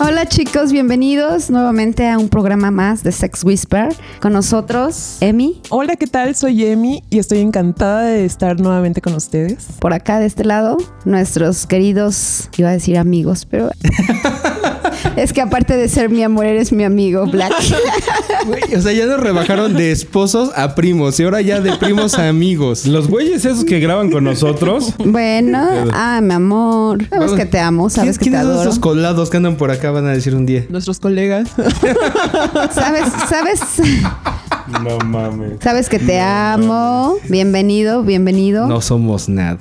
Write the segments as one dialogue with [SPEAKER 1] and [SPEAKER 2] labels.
[SPEAKER 1] Hola chicos, bienvenidos nuevamente a un programa más de Sex Whisper. Con nosotros, Emi,
[SPEAKER 2] Hola, ¿qué tal? Soy Emi y estoy encantada de estar nuevamente con ustedes.
[SPEAKER 1] por acá de este lado, nuestros queridos, iba a decir amigos, pero... Es que aparte de ser mi amor, eres mi amigo, Black.
[SPEAKER 3] Güey, o sea, ya nos rebajaron de esposos a primos y ahora ya de primos a amigos.
[SPEAKER 4] Los güeyes esos que graban con nosotros.
[SPEAKER 1] Bueno, ah, mi amor. Sabes que te amo, sabes que
[SPEAKER 3] ¿Quién-
[SPEAKER 1] te
[SPEAKER 3] quiénes son
[SPEAKER 1] adoro.
[SPEAKER 3] esos colados que andan por acá van a decir un día?
[SPEAKER 2] Nuestros colegas.
[SPEAKER 1] Sabes, sabes,
[SPEAKER 4] No mames.
[SPEAKER 1] sabes que te amo. Bienvenido, bienvenido.
[SPEAKER 3] No somos nada.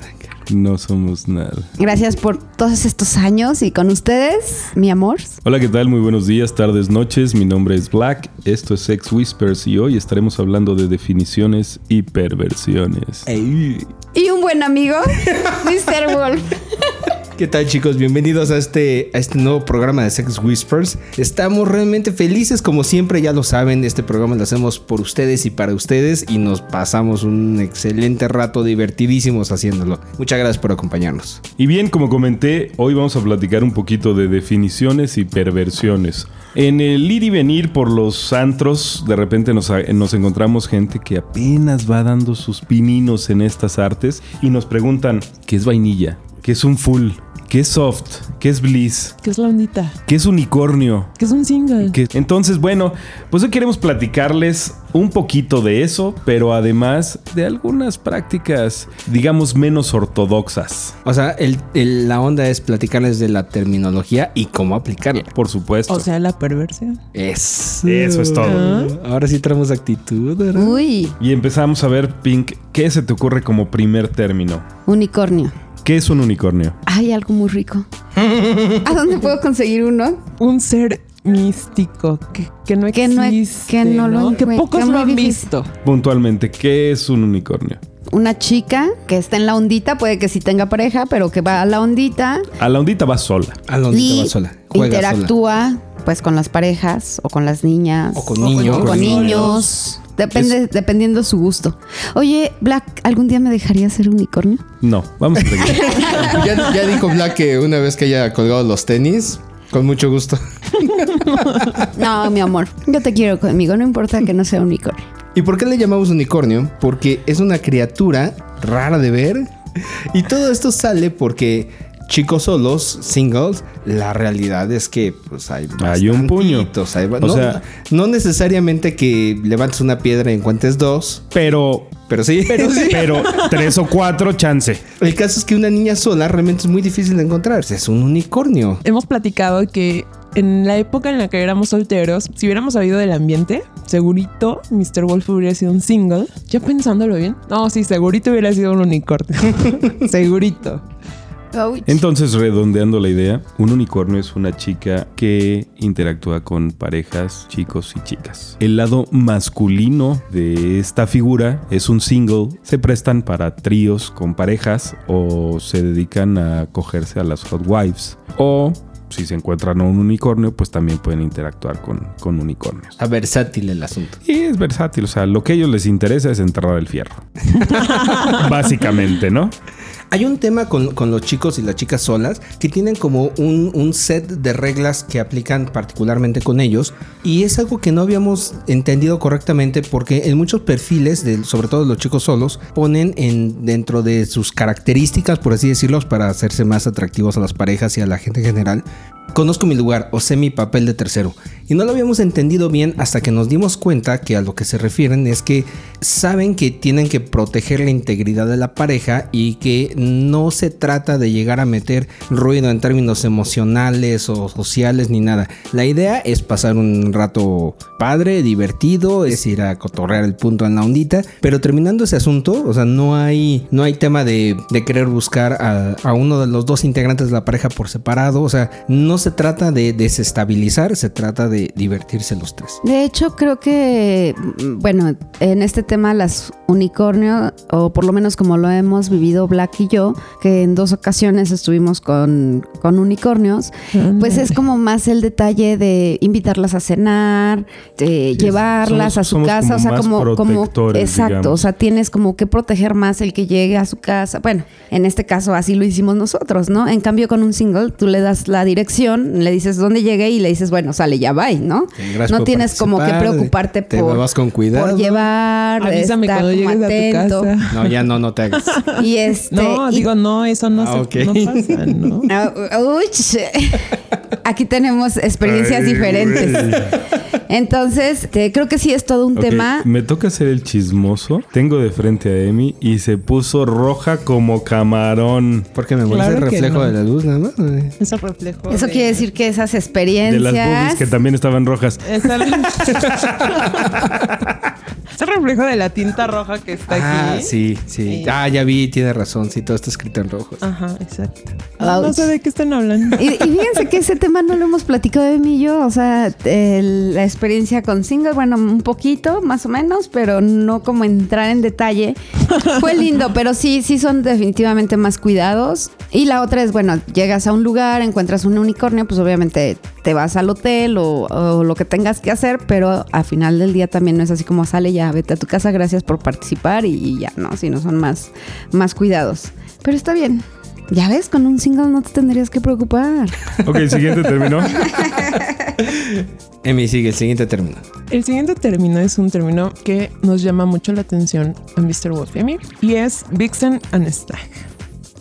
[SPEAKER 4] No somos nada.
[SPEAKER 1] Gracias por todos estos años y con ustedes, mi amor.
[SPEAKER 4] Hola, ¿qué tal? Muy buenos días, tardes, noches. Mi nombre es Black. Esto es Sex Whispers y hoy estaremos hablando de definiciones y perversiones.
[SPEAKER 1] Y un buen amigo, Mr. Wolf.
[SPEAKER 3] ¿Qué tal chicos? Bienvenidos a este, a este nuevo programa de Sex Whispers. Estamos realmente felices como siempre, ya lo saben, este programa lo hacemos por ustedes y para ustedes y nos pasamos un excelente rato divertidísimos haciéndolo. Muchas gracias por acompañarnos.
[SPEAKER 4] Y bien, como comenté, hoy vamos a platicar un poquito de definiciones y perversiones. En el ir y venir por los antros, de repente nos, nos encontramos gente que apenas va dando sus pininos en estas artes y nos preguntan, ¿qué es vainilla? ¿Qué es un full? ¿Qué es soft? ¿Qué es bliss?
[SPEAKER 2] ¿Qué es la ondita?
[SPEAKER 4] ¿Qué es unicornio?
[SPEAKER 2] ¿Qué es un single?
[SPEAKER 4] Que- Entonces, bueno, pues hoy queremos platicarles un poquito de eso, pero además de algunas prácticas, digamos, menos ortodoxas.
[SPEAKER 3] O sea, el- el- la onda es platicarles de la terminología y cómo aplicarla.
[SPEAKER 4] Por supuesto.
[SPEAKER 2] O sea, la perversión.
[SPEAKER 3] Es. Ah.
[SPEAKER 4] Eso es todo.
[SPEAKER 3] Ahora sí traemos actitud, ¿verdad?
[SPEAKER 1] Uy,
[SPEAKER 4] Y empezamos a ver, Pink, ¿qué se te ocurre como primer término?
[SPEAKER 1] unicornio.
[SPEAKER 4] ¿Qué es un unicornio?
[SPEAKER 1] Ay, algo muy rico. ¿A dónde puedo conseguir uno?
[SPEAKER 2] Un ser místico que, que no
[SPEAKER 1] Que no-
[SPEAKER 2] existe.
[SPEAKER 1] que no lo
[SPEAKER 2] Que
[SPEAKER 1] encuent-
[SPEAKER 2] pocos
[SPEAKER 1] que
[SPEAKER 2] lo
[SPEAKER 1] muy
[SPEAKER 2] han
[SPEAKER 1] difícil.
[SPEAKER 2] visto.
[SPEAKER 4] Puntualmente, ¿qué es un unicornio?
[SPEAKER 1] Una chica que está en la ondita, puede que sí tenga pareja, pero que va a la ondita
[SPEAKER 4] A la ondita va sola.
[SPEAKER 3] A la ondita
[SPEAKER 1] y
[SPEAKER 3] va sola. Juega sola.
[SPEAKER 1] interactúa pues con las parejas o con las niñas
[SPEAKER 3] O con niños.
[SPEAKER 1] o con
[SPEAKER 3] Con
[SPEAKER 1] niños.
[SPEAKER 3] niños.
[SPEAKER 1] Depende, dependiendo su gusto. Oye, Black, ¿algún día me dejaría ser unicornio?
[SPEAKER 4] No, vamos a seguir.
[SPEAKER 3] Ya, ya dijo Black que una vez que haya colgado los tenis, con mucho gusto.
[SPEAKER 1] No, mi amor, yo te quiero conmigo, no importa que no sea unicornio.
[SPEAKER 3] ¿Y por qué le llamamos unicornio? Porque es una criatura rara de ver. Y todo esto sale porque chicos solos, singles, la realidad es que pues hay
[SPEAKER 4] Hay un puño.
[SPEAKER 3] bastantitos, hay ba-
[SPEAKER 4] O
[SPEAKER 3] no,
[SPEAKER 4] sea-
[SPEAKER 3] no necesariamente que levantes una piedra y encuentres dos,
[SPEAKER 4] Pero,
[SPEAKER 3] pero sí.
[SPEAKER 4] pero tres o cuatro, chance.
[SPEAKER 3] El caso es que una niña sola realmente es muy difícil de encontrarse. Es un unicornio.
[SPEAKER 2] Hemos platicado que en la época en la que éramos solteros, si hubiéramos sabido del ambiente, segurito Mr. Wolf hubiera sido un single. Ya pensándolo bien. No, sí, segurito hubiera sido un unicornio. segurito.
[SPEAKER 4] Entonces, redondeando la idea, un unicornio es una chica que interactúa con parejas, chicos y chicas. El lado masculino de esta figura es un single. Se prestan para tríos con parejas o se dedican a cogerse a las hot wives. O si se encuentran a un unicornio, pues también pueden interactuar con, con unicornios.
[SPEAKER 3] Está versátil el asunto.
[SPEAKER 4] Y es versátil, o sea, lo que a ellos les interesa es enterrar el fierro. Básicamente, ¿no?
[SPEAKER 3] Hay un tema con, con los chicos y las chicas solas que tienen como un, un set de reglas que aplican particularmente con ellos y es algo que no habíamos entendido correctamente porque en muchos perfiles, de, sobre todo los chicos solos, ponen en, dentro de sus características, por así decirlos, para hacerse más atractivos a las parejas y a la gente en general. Conozco mi lugar o sé mi papel de tercero. Y no lo habíamos entendido bien hasta que nos dimos cuenta que a lo que se refieren es que saben que tienen que proteger la integridad de la pareja y que no se trata de llegar a meter ruido en términos emocionales o sociales ni nada. La idea es pasar un rato padre, divertido, es ir a cotorrear el punto en la ondita, pero terminando ese asunto, o sea, no hay, no hay tema de, de querer buscar a, a uno de los dos integrantes de la pareja por separado, o sea, no se trata de desestabilizar, se trata de divertirse los tres.
[SPEAKER 1] De hecho, creo que, mm, bueno, en este tema las unicornio, o por lo menos como lo hemos vivido Black y yo, que en dos ocasiones estuvimos con, con unicornios, pues es como más el detalle de invitarlas a cenar, de llevarlas
[SPEAKER 4] somos-
[SPEAKER 1] a su
[SPEAKER 4] somos
[SPEAKER 1] casa,
[SPEAKER 4] como
[SPEAKER 1] o sea,
[SPEAKER 4] más
[SPEAKER 1] como, como
[SPEAKER 4] protectores,
[SPEAKER 1] exacto,
[SPEAKER 4] digamos.
[SPEAKER 1] o sea, tienes como que proteger más el que llegue a su casa. Bueno, en este caso así lo hicimos nosotros, ¿no? En cambio con un single tú le das la dirección, le dices dónde llegue y le dices, bueno, sale ya bye, ¿no?
[SPEAKER 3] Gracias
[SPEAKER 1] no
[SPEAKER 3] por
[SPEAKER 1] tienes como que
[SPEAKER 3] participar,
[SPEAKER 1] preocuparte
[SPEAKER 3] te
[SPEAKER 1] por
[SPEAKER 3] vas con cuidado.
[SPEAKER 1] por llevar,
[SPEAKER 2] Avísame
[SPEAKER 1] estar
[SPEAKER 2] cuando
[SPEAKER 1] como
[SPEAKER 2] llegues a
[SPEAKER 1] atento.
[SPEAKER 2] tu casa.
[SPEAKER 3] No, ya no, no te hagas.
[SPEAKER 1] Y este
[SPEAKER 2] No,
[SPEAKER 1] y-
[SPEAKER 2] digo, no, eso no,
[SPEAKER 3] Ah,
[SPEAKER 2] se,
[SPEAKER 3] ok.
[SPEAKER 2] no pasa, ¿no?
[SPEAKER 1] Ah, uch. Aquí tenemos experiencias diferentes. Entonces, este, creo que sí es todo un
[SPEAKER 4] Ok,
[SPEAKER 1] tema.
[SPEAKER 4] Me toca ser el chismoso. Tengo de frente a Emi y se puso roja como camarón.
[SPEAKER 3] Porque me molesta
[SPEAKER 2] Claro
[SPEAKER 3] el
[SPEAKER 2] que
[SPEAKER 3] reflejo
[SPEAKER 2] no.
[SPEAKER 3] de la luz, nada más.
[SPEAKER 2] Eso reflejo.
[SPEAKER 1] Eso
[SPEAKER 2] de-
[SPEAKER 1] quiere decir que esas
[SPEAKER 4] De
[SPEAKER 1] experiencias.
[SPEAKER 4] las boobies que también estaban rojas.
[SPEAKER 2] Esa- Ese reflejo de la tinta roja que está
[SPEAKER 3] Ah,
[SPEAKER 2] aquí.
[SPEAKER 3] sí, sí.
[SPEAKER 2] Sí. Ah.
[SPEAKER 3] Ah, ya vi, tiene razón. Sí, todo está escrito en rojo.
[SPEAKER 2] Ajá, exacto.
[SPEAKER 3] Ah,
[SPEAKER 1] Ouch.
[SPEAKER 2] No sé de qué están hablando.
[SPEAKER 1] Y, y fíjense que ese tema no lo hemos platicado de mí y yo, o sea, el- la experiencia con single, bueno, un poquito más o menos, pero no como entrar en detalle. Fue lindo, pero sí, sí son definitivamente más cuidados. Y la otra es, bueno, llegas a un lugar, encuentras un unicornio, pues obviamente te vas al hotel o, o lo que tengas que hacer, pero al final del día también no es así como sale ya, vete a tu casa, gracias por participar y, y ya, no, sino son más, más cuidados. Pero está bien. Ya ves, con un single no te tendrías que preocupar.
[SPEAKER 4] Ok, siguiente terminó.
[SPEAKER 3] Emi, sigue el siguiente término.
[SPEAKER 2] El siguiente término es un término que nos llama mucho la atención a Mr. Wolf y a mí, y es Vixen and Stag.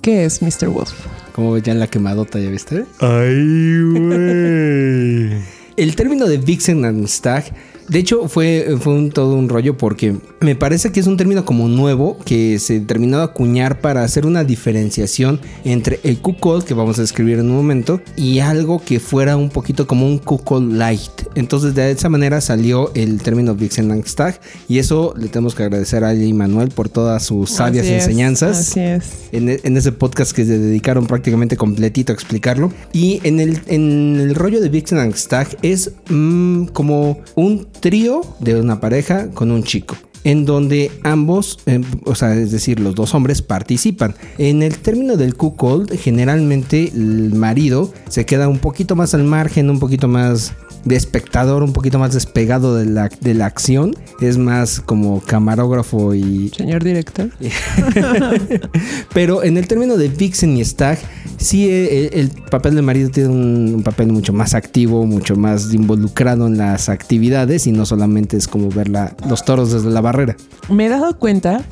[SPEAKER 2] ¿Qué es Mr. Wolf?
[SPEAKER 3] Como ves ya en la quemadota, ¿ya viste?
[SPEAKER 4] Ay, güey.
[SPEAKER 3] El término de Vixen and Stag, de hecho, fue, fue un, todo un rollo porque me parece que es un término como nuevo que se terminó de acuñar para hacer una diferenciación entre el cuckold, que vamos a escribir en un momento, y algo que fuera un poquito como un cuckold light. Entonces, de esa manera salió el término Vixen and Stag, y eso le tenemos que agradecer a Ali Manuel por todas sus sabias
[SPEAKER 2] Así es,
[SPEAKER 3] enseñanzas
[SPEAKER 2] así es.
[SPEAKER 3] en, e- en ese podcast que se dedicaron prácticamente completito a explicarlo. Y en el, en el rollo de Vixen and Stag es mm, como un trío de una pareja con un chico. En donde ambos, eh, o sea, es decir, los dos hombres participan. En el término del cuckold, generalmente el marido se queda un poquito más al margen, un poquito más de espectador, un poquito más despegado de la, de la acción. Es más como camarógrafo y,
[SPEAKER 2] Señor director.
[SPEAKER 3] pero en el término de Vixen y Stag, sí eh, el, el papel del marido tiene un, un papel mucho más activo, mucho más involucrado en las actividades y no solamente es como ver la- los toros desde la barrera.
[SPEAKER 2] Me he dado cuenta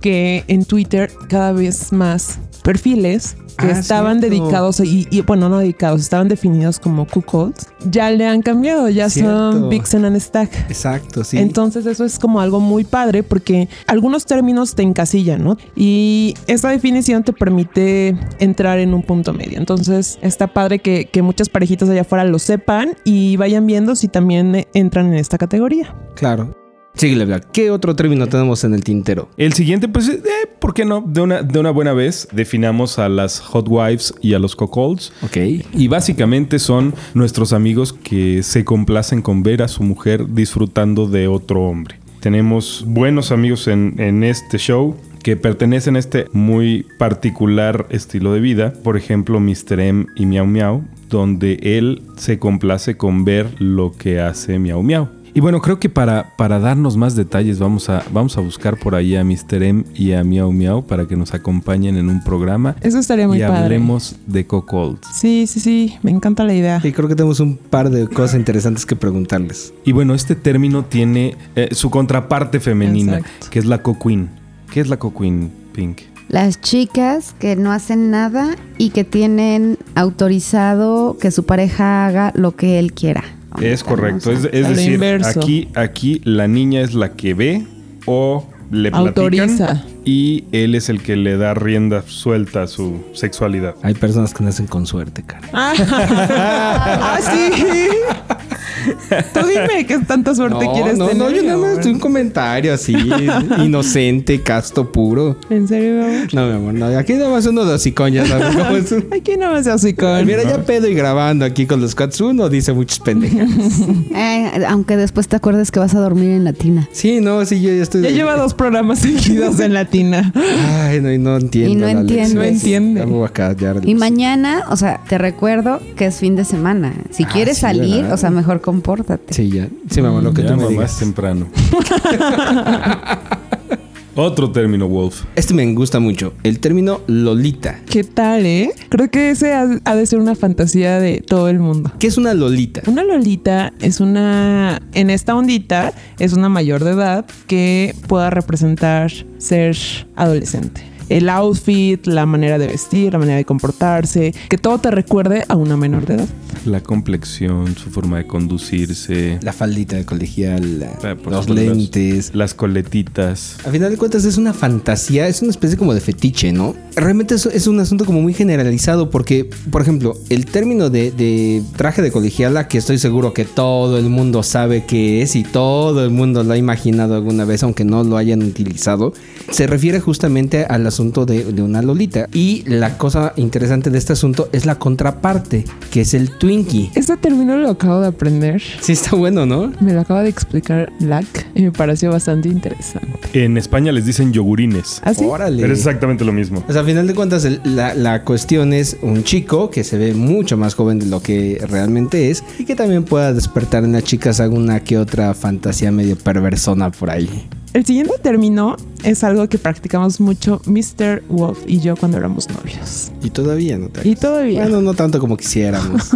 [SPEAKER 2] que en Twitter cada vez más perfiles que
[SPEAKER 3] Ah,
[SPEAKER 2] estaban
[SPEAKER 3] cierto.
[SPEAKER 2] dedicados y, y, bueno, no dedicados, estaban definidos como cuckolds, ya le han cambiado, ya
[SPEAKER 3] Cierto.
[SPEAKER 2] son Vixen and Stag.
[SPEAKER 3] Exacto, sí.
[SPEAKER 2] Entonces eso es como algo muy padre porque algunos términos te encasillan, ¿no? Y esa definición te permite entrar en un punto medio. Entonces está padre que, que muchas parejitas allá afuera lo sepan y vayan viendo si también eh, entran en esta categoría.
[SPEAKER 3] claro. Síguele, Black. ¿Qué otro término tenemos en el tintero?
[SPEAKER 4] El siguiente, pues, eh, ¿por qué no? De una, de una buena vez definamos a las hot wives y a los cuckolds.
[SPEAKER 3] Ok.
[SPEAKER 4] Y básicamente son nuestros amigos que se complacen con ver a su mujer disfrutando de otro hombre. Tenemos buenos amigos en, en este show que pertenecen a este muy particular estilo de vida. Por ejemplo, Mr. M y Miau Miau, donde él se complace con ver lo que hace Miau Miau. Y bueno, creo que para, para darnos más detalles vamos a, vamos a buscar por ahí a Mr. M y a Miau Miau para que nos acompañen en un programa
[SPEAKER 2] Eso estaría muy
[SPEAKER 4] y
[SPEAKER 2] padre.
[SPEAKER 4] hablemos de Cocolds.
[SPEAKER 2] Sí, sí, sí, me encanta la idea.
[SPEAKER 3] Y creo que tenemos un par de cosas interesantes que preguntarles.
[SPEAKER 4] Y bueno, este término tiene eh, su contraparte femenina,
[SPEAKER 2] Exacto.
[SPEAKER 4] que es la coqueen. ¿Qué es la coqueen, Pink?
[SPEAKER 1] Las chicas que no hacen nada y que tienen autorizado que su pareja haga lo que él quiera.
[SPEAKER 4] Es correcto. Es, es
[SPEAKER 2] a lo
[SPEAKER 4] decir,
[SPEAKER 2] inverso.
[SPEAKER 4] aquí, aquí la niña es la que ve o le platican
[SPEAKER 2] Autoriza.
[SPEAKER 4] y él es el que le da rienda suelta a su sexualidad.
[SPEAKER 3] Hay personas que nacen con suerte, cara.
[SPEAKER 2] Ah, sí. Tú dime qué tanta suerte quieres
[SPEAKER 3] no,
[SPEAKER 2] tener.
[SPEAKER 3] no, yo nada más
[SPEAKER 2] amor.
[SPEAKER 3] un comentario así, inocente, casto, puro.
[SPEAKER 2] ¿En serio, mi amor?
[SPEAKER 3] No, mi amor, no. Aquí nada más uno de hocicón, ya sabes cómo es.
[SPEAKER 2] Aquí no me seas con.
[SPEAKER 3] Mira, ya pedo y grabando aquí con los cuates uno dice muchas pendejas.
[SPEAKER 1] Eh, aunque después te acuerdes que vas a dormir en la tina.
[SPEAKER 3] Sí, no, sí, yo ya estoy...
[SPEAKER 2] Ya lleva dos programas seguidos en latina.
[SPEAKER 3] Ay, no, y no entiendo.
[SPEAKER 1] Y no
[SPEAKER 3] la
[SPEAKER 1] entiendes.
[SPEAKER 3] lección.
[SPEAKER 1] No
[SPEAKER 2] entiende.
[SPEAKER 3] Ya me voy a callar.
[SPEAKER 1] Y mañana, o sea, te recuerdo que es fin de semana. Si
[SPEAKER 3] Ah,
[SPEAKER 1] quieres
[SPEAKER 3] sí,
[SPEAKER 1] salir,
[SPEAKER 3] ¿verdad?
[SPEAKER 1] o sea, mejor compórtate.
[SPEAKER 3] Sí, ya. Sí, mamá, lo que
[SPEAKER 4] Ya
[SPEAKER 3] tú me
[SPEAKER 4] mamá,
[SPEAKER 3] digas.
[SPEAKER 4] es temprano. Otro término, Wolf.
[SPEAKER 3] Este me gusta mucho. El término Lolita.
[SPEAKER 2] ¿Qué tal, eh? Creo que ese ha, ha de ser una fantasía de todo el mundo.
[SPEAKER 3] ¿Qué es una Lolita?
[SPEAKER 2] Una Lolita es una. En esta ondita, es una mayor de edad que pueda representar ser adolescente. El outfit, la manera de vestir, la manera de comportarse, que todo te recuerde a una menor de edad.
[SPEAKER 4] La complexión, su forma de conducirse,
[SPEAKER 3] La faldita de colegial, la-
[SPEAKER 4] Ah, por
[SPEAKER 3] los
[SPEAKER 4] supuesto,
[SPEAKER 3] lentes.
[SPEAKER 4] las coletitas.
[SPEAKER 3] A final de cuentas es una fantasía, es una especie como de fetiche, ¿no? Realmente es, es un asunto como muy generalizado porque, por ejemplo, el término de, de traje de colegiala que estoy seguro que todo el mundo sabe qué es y todo el mundo lo ha imaginado alguna vez aunque no lo hayan utilizado, se refiere justamente al asunto de, de una lolita. Y la cosa interesante de este asunto es la contraparte, que es el Twinkie.
[SPEAKER 2] Este término lo acabo de aprender.
[SPEAKER 3] Sí está bueno, ¿no?
[SPEAKER 2] Me lo acaba de explicar Lack y me pareció bastante interesante.
[SPEAKER 4] En España les dicen yogurines.
[SPEAKER 2] ¿Así?
[SPEAKER 3] Órale.
[SPEAKER 4] Pero es exactamente lo mismo.
[SPEAKER 3] O sea, a final de cuentas, el- la, la cuestión es un chico que se ve mucho más joven de lo que realmente es y que también pueda despertar en las chicas alguna que otra fantasía medio perversona por ahí.
[SPEAKER 2] El siguiente término es algo que practicamos mucho Mr. Wolf y yo cuando éramos novios.
[SPEAKER 3] Y todavía no te
[SPEAKER 2] Y todavía.
[SPEAKER 3] Bueno, no tanto como quisiéramos.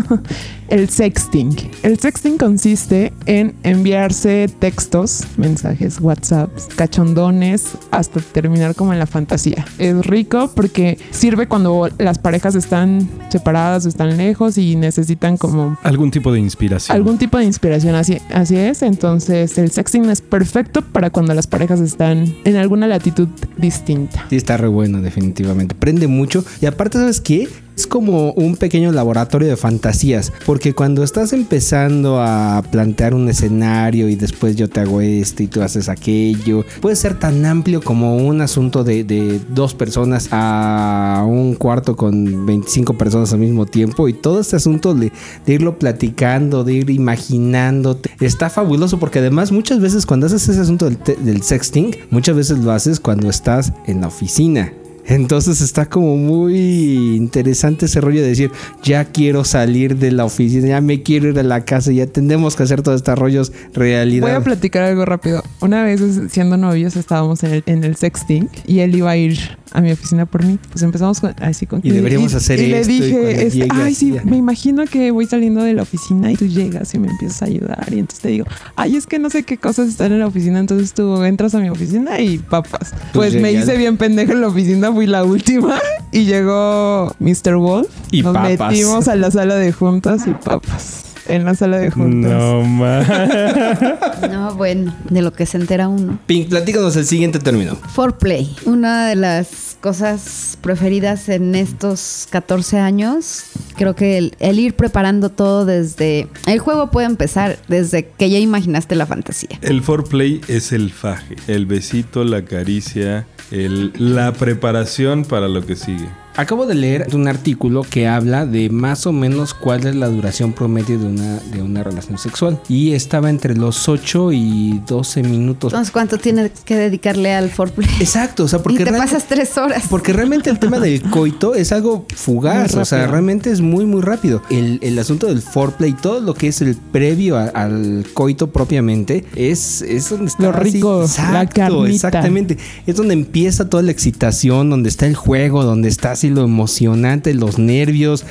[SPEAKER 2] El sexting. El sexting consiste en enviarse textos, mensajes, WhatsApps, cachondones, hasta terminar como en la fantasía. Es rico porque sirve cuando las parejas están separadas o están lejos y necesitan como
[SPEAKER 4] Algún tipo de inspiración.
[SPEAKER 2] algún tipo de inspiración. Así, así es. Entonces, el sexting es perfecto para cuando las parejas están en alguna latitud distinta.
[SPEAKER 3] Sí, está re bueno, definitivamente. Prende mucho. Y aparte, ¿sabes qué? Es como un pequeño laboratorio de fantasías. Porque cuando estás empezando a plantear un escenario y después yo te hago esto y tú haces aquello, puede ser tan amplio como un asunto de, de dos personas a un cuarto con 25 personas al mismo tiempo. Y todo este asunto de, de irlo platicando, de ir imaginándote, está fabuloso. Porque además, muchas veces cuando haces ese asunto del, te- del sexting, muchas veces lo haces cuando estás en la oficina. Entonces está como muy interesante ese rollo de decir, ya quiero salir de la oficina, ya me quiero ir a la casa, ya tenemos que hacer todos estos rollos
[SPEAKER 2] Voy a
[SPEAKER 3] realidad.
[SPEAKER 2] platicar algo rápido. Una vez es- siendo novios estábamos en el, en el sexting y él iba a ir a mi oficina por mí. Pues empezamos con, así con
[SPEAKER 3] Y deberíamos hacer
[SPEAKER 2] y
[SPEAKER 3] esto, y
[SPEAKER 2] le
[SPEAKER 3] cuando
[SPEAKER 2] dije, este,
[SPEAKER 3] llegas,
[SPEAKER 2] ay sí,
[SPEAKER 3] ya".
[SPEAKER 2] me imagino que voy saliendo de la oficina y tú llegas y me empiezas a ayudar y entonces te digo, ay es que no sé qué cosas están en la oficina, entonces tú entras a mi oficina y papas. Pues me
[SPEAKER 3] llegué al-
[SPEAKER 2] hice bien pendeja en la oficina, fui la última y llegó Mr. Wolf
[SPEAKER 3] Y
[SPEAKER 2] Nos
[SPEAKER 3] papas.
[SPEAKER 2] metimos a la sala de juntas y papas. En la sala de juntas.
[SPEAKER 4] No más.
[SPEAKER 1] No, bueno, de lo que se entera uno.
[SPEAKER 3] Pink, platícanos el siguiente término.
[SPEAKER 1] Foreplay. Una de las cosas preferidas en estos 14 años, creo que el, el ir preparando todo desde... El juego puede empezar desde que ya imaginaste la fantasía.
[SPEAKER 4] El foreplay es el faje, el besito, la caricia, el- la preparación para lo que sigue.
[SPEAKER 3] Acabo de leer un artículo que habla de más o menos cuál es la duración promedio de una, de una relación sexual. Y estaba entre los 8 y 12 minutos.
[SPEAKER 1] Entonces, ¿cuánto tienes que dedicarle al foreplay?
[SPEAKER 3] Exacto, o sea,
[SPEAKER 1] Y
[SPEAKER 3] porque
[SPEAKER 1] te
[SPEAKER 3] realmente-
[SPEAKER 1] pasas tres horas.
[SPEAKER 3] Porque realmente el tema del coito es algo fugaz,
[SPEAKER 2] Muy
[SPEAKER 3] o sea,
[SPEAKER 2] rápido.
[SPEAKER 3] realmente es muy, muy rápido. El, el asunto del foreplay, todo lo que es el previo a- al coito propiamente, es, es donde está
[SPEAKER 2] Lo
[SPEAKER 3] así-
[SPEAKER 2] rico, la carnita.
[SPEAKER 3] Exactamente, es donde empieza toda la excitación, donde está el juego, donde está así lo emocionante, los nervios.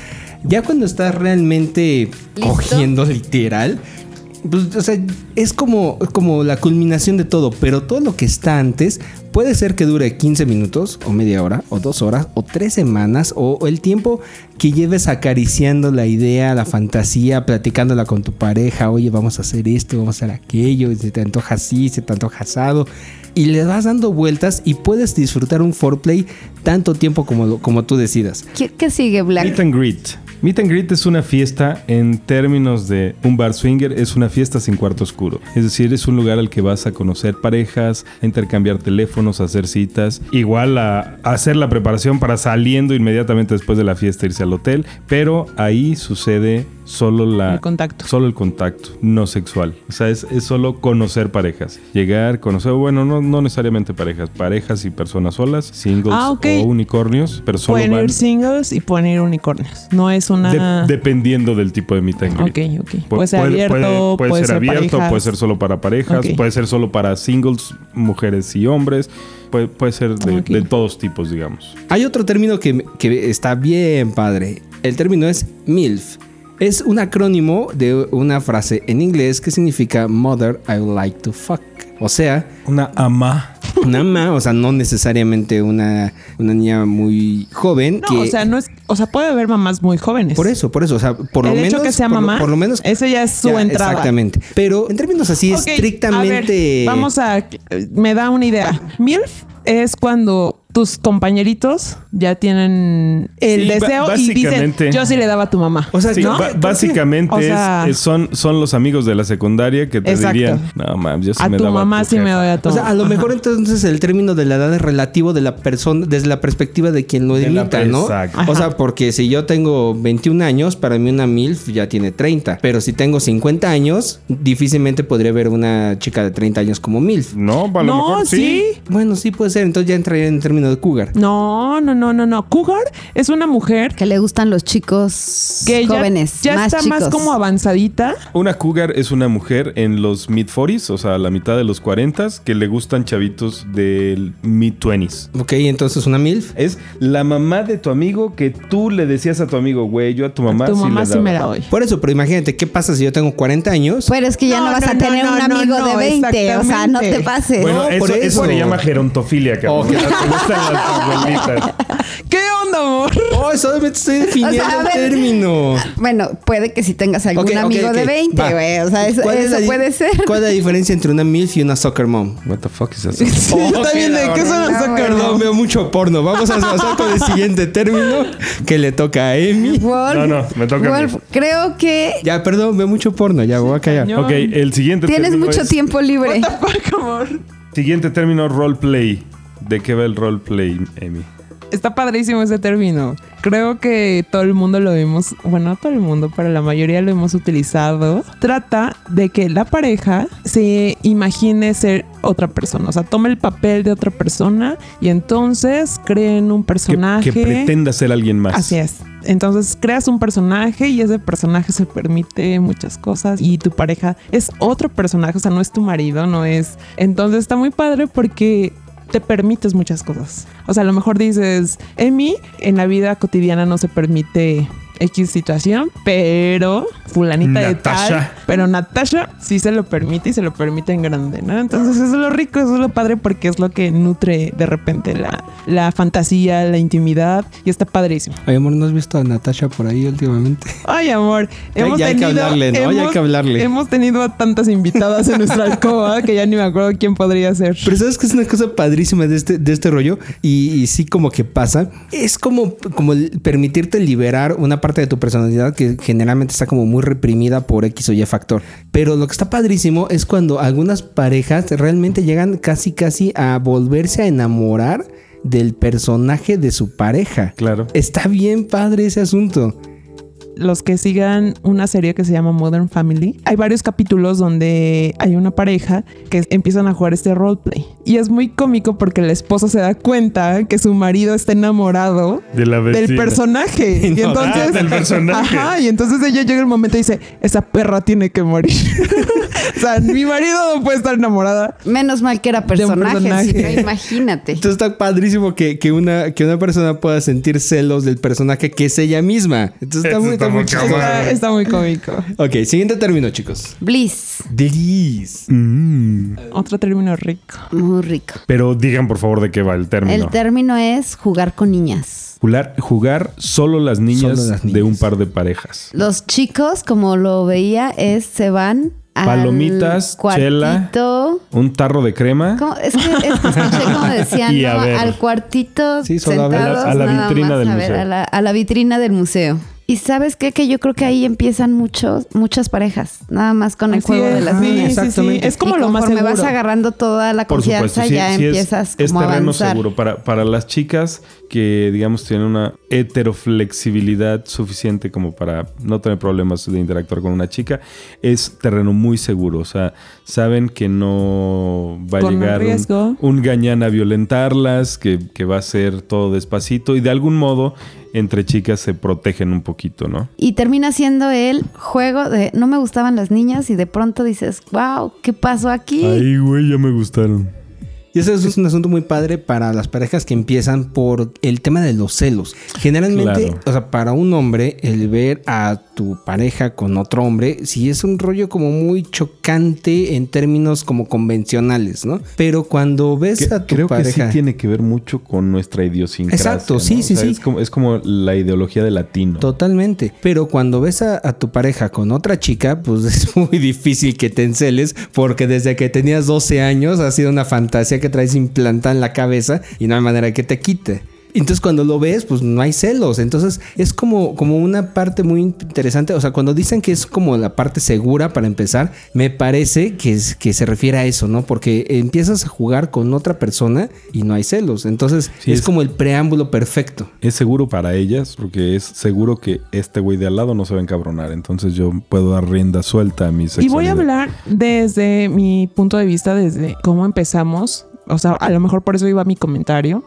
[SPEAKER 3] Ya cuando estás realmente
[SPEAKER 1] ¿Listo?
[SPEAKER 3] cogiendo literal, pues, o sea, es como, como la culminación de todo, pero todo lo que está antes puede ser que dure 15 minutos, o media hora, o dos horas, o tres semanas, o, o el tiempo que lleves acariciando la idea, la fantasía, platicándola con tu pareja, oye, vamos a hacer esto, vamos a hacer aquello, y se te antoja así, se te antoja asado, y le vas dando vueltas y puedes disfrutar un foreplay tanto tiempo como, lo- como tú decidas.
[SPEAKER 1] ¿Qué, qué sigue, Black?
[SPEAKER 4] Meet and greet. Meet and Greet es una fiesta en términos de un bar swinger, es una fiesta sin cuarto oscuro. Es decir, es un lugar al que vas a conocer parejas, a intercambiar teléfonos, a hacer citas, igual a hacer la preparación para saliendo inmediatamente después de la fiesta irse al hotel, pero ahí sucede solo la,
[SPEAKER 2] El contacto.
[SPEAKER 4] Solo el contacto, no sexual. O sea, es, es solo conocer parejas. Llegar, conocer, bueno, no, no necesariamente parejas, parejas y personas solas, singles
[SPEAKER 2] Ah, ok.
[SPEAKER 4] o unicornios, pero solo
[SPEAKER 2] Pueden
[SPEAKER 4] van-
[SPEAKER 2] ir singles y pueden ir unicornios. No es una.
[SPEAKER 4] de- dependiendo del tipo de meet and
[SPEAKER 2] ok,
[SPEAKER 4] greet.
[SPEAKER 2] ok.
[SPEAKER 4] Pu-
[SPEAKER 2] Puede ser abierto, puede,
[SPEAKER 4] puede
[SPEAKER 2] ser,
[SPEAKER 4] abierto,
[SPEAKER 2] parejas.
[SPEAKER 4] puede ser solo para parejas,
[SPEAKER 2] Ok.
[SPEAKER 4] puede ser solo para singles, mujeres y hombres, puede, puede ser de,
[SPEAKER 2] Ok.
[SPEAKER 4] de todos tipos, digamos.
[SPEAKER 3] Hay otro término que, que está bien padre. El término es MILF. Es un acrónimo de una frase en inglés que significa Mother I would like to fuck. O sea,
[SPEAKER 4] Una ama.
[SPEAKER 3] una mamá, o sea, no necesariamente una, una niña muy joven.
[SPEAKER 2] No,
[SPEAKER 3] que,
[SPEAKER 2] o sea, no es. O sea, puede haber mamás muy jóvenes.
[SPEAKER 3] Por eso, por eso, o sea, por lo
[SPEAKER 2] El
[SPEAKER 3] menos.
[SPEAKER 2] hecho que sea
[SPEAKER 3] por lo-
[SPEAKER 2] mamá,
[SPEAKER 3] por lo menos.
[SPEAKER 2] eso ya es su entrada.
[SPEAKER 3] Exactamente. Pero en términos así,
[SPEAKER 2] Ok, a
[SPEAKER 3] estrictamente.
[SPEAKER 2] ver, vamos a. Me da una idea. MILF es cuando tus compañeritos ya tienen el
[SPEAKER 4] Sí, ba-
[SPEAKER 2] deseo y dicen:
[SPEAKER 4] básicamente.
[SPEAKER 2] Yo sí le daba a tu mamá.
[SPEAKER 3] O sea,
[SPEAKER 4] Sí,
[SPEAKER 3] ¿no?
[SPEAKER 4] ba-
[SPEAKER 3] ¿Por qué?
[SPEAKER 4] básicamente
[SPEAKER 2] O
[SPEAKER 4] es-
[SPEAKER 2] sea-
[SPEAKER 4] es- son, son los amigos de la secundaria que te
[SPEAKER 2] Exacto.
[SPEAKER 4] dirían, no mames, yo sí
[SPEAKER 2] a
[SPEAKER 4] me
[SPEAKER 2] tu
[SPEAKER 4] daba
[SPEAKER 2] mamá
[SPEAKER 4] tu
[SPEAKER 2] sí me
[SPEAKER 4] jefa".
[SPEAKER 2] doy a tu
[SPEAKER 3] O sea, a lo
[SPEAKER 2] Ajá.
[SPEAKER 3] mejor entonces el término de la edad es relativo de la persona, desde la perspectiva de quien lo
[SPEAKER 4] De la
[SPEAKER 3] imita, ¿no?
[SPEAKER 4] exacto.
[SPEAKER 3] O sea, porque si yo tengo 21 años, para mí una MILF ya tiene 30. Pero si tengo 50 años, difícilmente podría ver una chica de 30 años como MILF.
[SPEAKER 4] No, a lo
[SPEAKER 2] No,
[SPEAKER 4] mejor sí.
[SPEAKER 2] sí.
[SPEAKER 3] Bueno, sí puede ser, entonces ya entraría en el término de cougar.
[SPEAKER 2] No, no, no, no, no. Cougar es una mujer
[SPEAKER 1] Que le gustan los chicos
[SPEAKER 2] que ya-
[SPEAKER 1] jóvenes.
[SPEAKER 2] ya,
[SPEAKER 1] más
[SPEAKER 2] está
[SPEAKER 1] chicos.
[SPEAKER 2] más como avanzadita.
[SPEAKER 4] Una cougar es una mujer en los mid 40s, o sea, la mitad de los 40s, que le gustan chavitos del mid 20s.
[SPEAKER 1] Mm.
[SPEAKER 3] Ok, entonces una MILF.
[SPEAKER 4] Es la mamá de tu amigo que tú le decías a tu amigo, güey, yo a tu mamá
[SPEAKER 2] tu mamá
[SPEAKER 4] le
[SPEAKER 2] sí
[SPEAKER 4] daba".
[SPEAKER 2] me la doy.
[SPEAKER 3] Por eso, pero imagínate, ¿qué pasa si yo tengo 40 años?
[SPEAKER 1] Pero es que ya
[SPEAKER 2] No,
[SPEAKER 1] no, vas
[SPEAKER 2] no,
[SPEAKER 1] a
[SPEAKER 2] no,
[SPEAKER 1] tener
[SPEAKER 2] no,
[SPEAKER 1] un
[SPEAKER 2] no,
[SPEAKER 1] amigo
[SPEAKER 2] no,
[SPEAKER 1] de 20. O sea, no te
[SPEAKER 2] exactamente.
[SPEAKER 1] pases.
[SPEAKER 4] Bueno,
[SPEAKER 3] No,
[SPEAKER 4] eso,
[SPEAKER 3] por
[SPEAKER 4] eso
[SPEAKER 3] eso.
[SPEAKER 4] se llama gerontofilia, cabrón.
[SPEAKER 3] Oh, qué
[SPEAKER 4] Te gustan las abuelitas.
[SPEAKER 2] ¿Qué onda, amor?
[SPEAKER 3] Oh, solamente estoy definiendo
[SPEAKER 1] O sea, a
[SPEAKER 3] el
[SPEAKER 1] ver.
[SPEAKER 3] término.
[SPEAKER 1] Bueno, puede que si tengas algún
[SPEAKER 3] Ok, ok,
[SPEAKER 1] amigo
[SPEAKER 3] ok,
[SPEAKER 1] de 20,
[SPEAKER 3] va.
[SPEAKER 1] güey. O sea, eso,
[SPEAKER 3] ¿Cuál es
[SPEAKER 1] eso
[SPEAKER 3] la di-
[SPEAKER 1] puede ser.
[SPEAKER 3] ¿Cuál es la diferencia entre una MILF y una soccer mom?
[SPEAKER 4] What the fuck is that?
[SPEAKER 2] Sí,
[SPEAKER 3] Oh,
[SPEAKER 2] yo también
[SPEAKER 3] qué
[SPEAKER 2] de qué
[SPEAKER 3] horror.
[SPEAKER 2] son
[SPEAKER 1] No, bueno.
[SPEAKER 3] Perdón, veo mucho porno. Vamos a pasar con el siguiente término que le toca a Emi.
[SPEAKER 1] Wolf,
[SPEAKER 4] No, no, me toca a mí.
[SPEAKER 1] Wolf, creo que
[SPEAKER 3] Ya, perdón, veo mucho porno. Ya, voy a callar.
[SPEAKER 4] Ok, el siguiente
[SPEAKER 1] tienes
[SPEAKER 4] término
[SPEAKER 1] mucho
[SPEAKER 3] este.
[SPEAKER 4] es-
[SPEAKER 1] tiempo libre.
[SPEAKER 2] What the fuck, amor?
[SPEAKER 4] Siguiente término, roleplay. ¿De qué va el roleplay, Amy?
[SPEAKER 2] Está padrísimo ese término. Creo que todo el mundo lo hemos, bueno, todo el mundo, pero la mayoría lo hemos utilizado. Trata de que la pareja se imagine ser otra persona, o sea, tome el papel de otra persona y entonces creen un
[SPEAKER 4] Que,
[SPEAKER 2] personaje.
[SPEAKER 4] que pretenda ser alguien más.
[SPEAKER 2] Así es. Entonces creas un personaje y ese personaje se permite muchas cosas y tu pareja es otro personaje, o sea, no es tu marido, no es... Entonces está muy padre porque te permites muchas cosas. O sea, a lo mejor dices, Emi, en la vida cotidiana no se permite X situación, pero fulanita de tal,
[SPEAKER 4] Natasha.
[SPEAKER 2] pero Natasha sí se lo permite y se lo permite en grande, ¿no? Entonces eso es lo rico, eso es lo padre porque es lo que nutre de repente la, la fantasía, la intimidad y está padrísimo.
[SPEAKER 3] Ay, amor, ¿no has visto a Natasha por ahí últimamente?
[SPEAKER 2] Ay, amor,
[SPEAKER 3] Ya- ya hay que hablarle, ¿no? Ya hay que hablarle.
[SPEAKER 2] Hemos tenido a tantas invitadas en nuestra alcoba que ya ni me acuerdo quién podría ser.
[SPEAKER 3] Pero sabes que es una cosa padrísima de este, de este rollo y, y sí como que pasa. Es como, como el permitirte liberar una parte de tu personalidad que generalmente está como muy reprimida por X o Y factor. Pero lo que está padrísimo es cuando algunas parejas realmente llegan casi casi a volverse a enamorar del personaje de su pareja.
[SPEAKER 4] Claro.
[SPEAKER 3] Está bien padre ese asunto.
[SPEAKER 2] los que sigan una serie que se llama Modern Family, hay varios capítulos donde hay una pareja que empiezan a jugar este roleplay. Y es muy cómico porque la esposa se da cuenta que su marido está enamorado
[SPEAKER 4] De la vecina.
[SPEAKER 2] del personaje. Y
[SPEAKER 3] No,
[SPEAKER 2] entonces,
[SPEAKER 4] ah, del personaje.
[SPEAKER 2] Ajá, y entonces ella llega el momento y dice, esa perra tiene que morir. o sea, mi marido no puede estar enamorada.
[SPEAKER 1] Menos mal que era
[SPEAKER 2] De un
[SPEAKER 1] personaje.
[SPEAKER 2] personaje.
[SPEAKER 1] si no, imagínate.
[SPEAKER 3] Entonces está padrísimo que, que una, que una persona pueda sentir celos del personaje que es ella misma. Entonces está
[SPEAKER 4] Eso
[SPEAKER 3] muy,
[SPEAKER 4] está
[SPEAKER 3] está muy
[SPEAKER 4] muy
[SPEAKER 3] chistoso.
[SPEAKER 2] Está, está muy cómico.
[SPEAKER 3] Ok, siguiente término, chicos.
[SPEAKER 1] Bliss.
[SPEAKER 3] Delis.
[SPEAKER 4] Mm.
[SPEAKER 2] Otro término rico.
[SPEAKER 1] Muy rico.
[SPEAKER 4] Pero digan, por favor, de qué va el término.
[SPEAKER 1] El término es jugar con niñas.
[SPEAKER 4] Jugar, jugar solo las niñas
[SPEAKER 3] Solo las
[SPEAKER 4] de
[SPEAKER 3] niñas.
[SPEAKER 4] un par de parejas.
[SPEAKER 1] Los chicos, como lo veía, es se van al
[SPEAKER 4] Palomitas, chela.
[SPEAKER 1] cuartito.
[SPEAKER 4] Un tarro de crema
[SPEAKER 1] ¿Cómo? Es que, es que escuché como decían
[SPEAKER 4] Ah. Y a
[SPEAKER 1] ¿no?
[SPEAKER 4] ver.
[SPEAKER 1] al cuartito
[SPEAKER 3] Sí, solo a ver.
[SPEAKER 1] sentados,
[SPEAKER 4] A la- a la
[SPEAKER 1] nada
[SPEAKER 4] vitrina
[SPEAKER 1] más,
[SPEAKER 4] del
[SPEAKER 1] a ver,
[SPEAKER 4] museo.
[SPEAKER 1] a la, a la vitrina del museo. Y sabes qué? Que yo creo que ahí empiezan muchos, muchas parejas, nada más con el
[SPEAKER 2] Así
[SPEAKER 1] juego de
[SPEAKER 2] es,
[SPEAKER 1] las
[SPEAKER 2] sí,
[SPEAKER 1] niñas.
[SPEAKER 2] sí, sí.
[SPEAKER 3] Exactamente.
[SPEAKER 2] Es como
[SPEAKER 1] Y
[SPEAKER 2] lo más
[SPEAKER 1] conforme
[SPEAKER 2] seguro.
[SPEAKER 1] vas agarrando toda la
[SPEAKER 4] Por
[SPEAKER 1] confianza,
[SPEAKER 4] supuesto, sí,
[SPEAKER 1] ya
[SPEAKER 4] sí es-
[SPEAKER 1] empiezas
[SPEAKER 4] es,
[SPEAKER 1] como a
[SPEAKER 4] terreno
[SPEAKER 1] avanzar.
[SPEAKER 4] seguro. Para, para las chicas que, digamos, tienen una heteroflexibilidad suficiente como para no tener problemas de interactuar con una chica, es terreno muy seguro. O sea, saben que no va a
[SPEAKER 2] Con un
[SPEAKER 4] llegar
[SPEAKER 2] riesgo.
[SPEAKER 4] un, un gañán a violentarlas, que, que va a ser todo despacito y de algún modo entre chicas se protegen un poquito, ¿no?
[SPEAKER 1] Y termina siendo el juego de no me gustaban las niñas y de pronto dices, wow, ¿qué pasó aquí?
[SPEAKER 4] Ay, güey, ya me gustaron.
[SPEAKER 3] Y ese es un asunto muy padre para las parejas que empiezan por el tema de los celos. Generalmente,
[SPEAKER 4] Claro.
[SPEAKER 3] o sea, para un hombre, el ver a tu pareja con otro hombre, sí es un rollo como muy chocante en términos como convencionales, ¿no? Pero cuando ves
[SPEAKER 4] Que-
[SPEAKER 3] a tu
[SPEAKER 4] creo que
[SPEAKER 3] pareja...
[SPEAKER 4] sí tiene que ver mucho con nuestra idiosincrasia.
[SPEAKER 3] Exacto,
[SPEAKER 4] ¿no?
[SPEAKER 3] sí, sí, sí.
[SPEAKER 4] Es como, es como la ideología de latino.
[SPEAKER 3] Totalmente. Pero cuando ves a, a tu pareja con otra chica, pues es muy difícil que te enceles porque desde que tenías 12 años ha sido una fantasía que traes implantada en la cabeza y no hay manera que te quite. Entonces cuando lo ves, pues no hay celos. Entonces es como, como una parte muy interesante. O sea, cuando dicen que es como la parte segura para empezar, me parece que, es- que se refiere a eso, ¿no? Porque empiezas a jugar con otra persona y no hay celos. Entonces
[SPEAKER 4] Sí,
[SPEAKER 3] es,
[SPEAKER 4] es-
[SPEAKER 3] como el preámbulo perfecto.
[SPEAKER 4] Es seguro para ellas porque es seguro que este güey de al lado no se va a encabronar. Entonces yo puedo dar rienda suelta a mi
[SPEAKER 2] Y voy a
[SPEAKER 4] sexualidad.
[SPEAKER 2] hablar desde mi punto de vista, desde cómo empezamos. O sea, a lo mejor por eso iba mi comentario.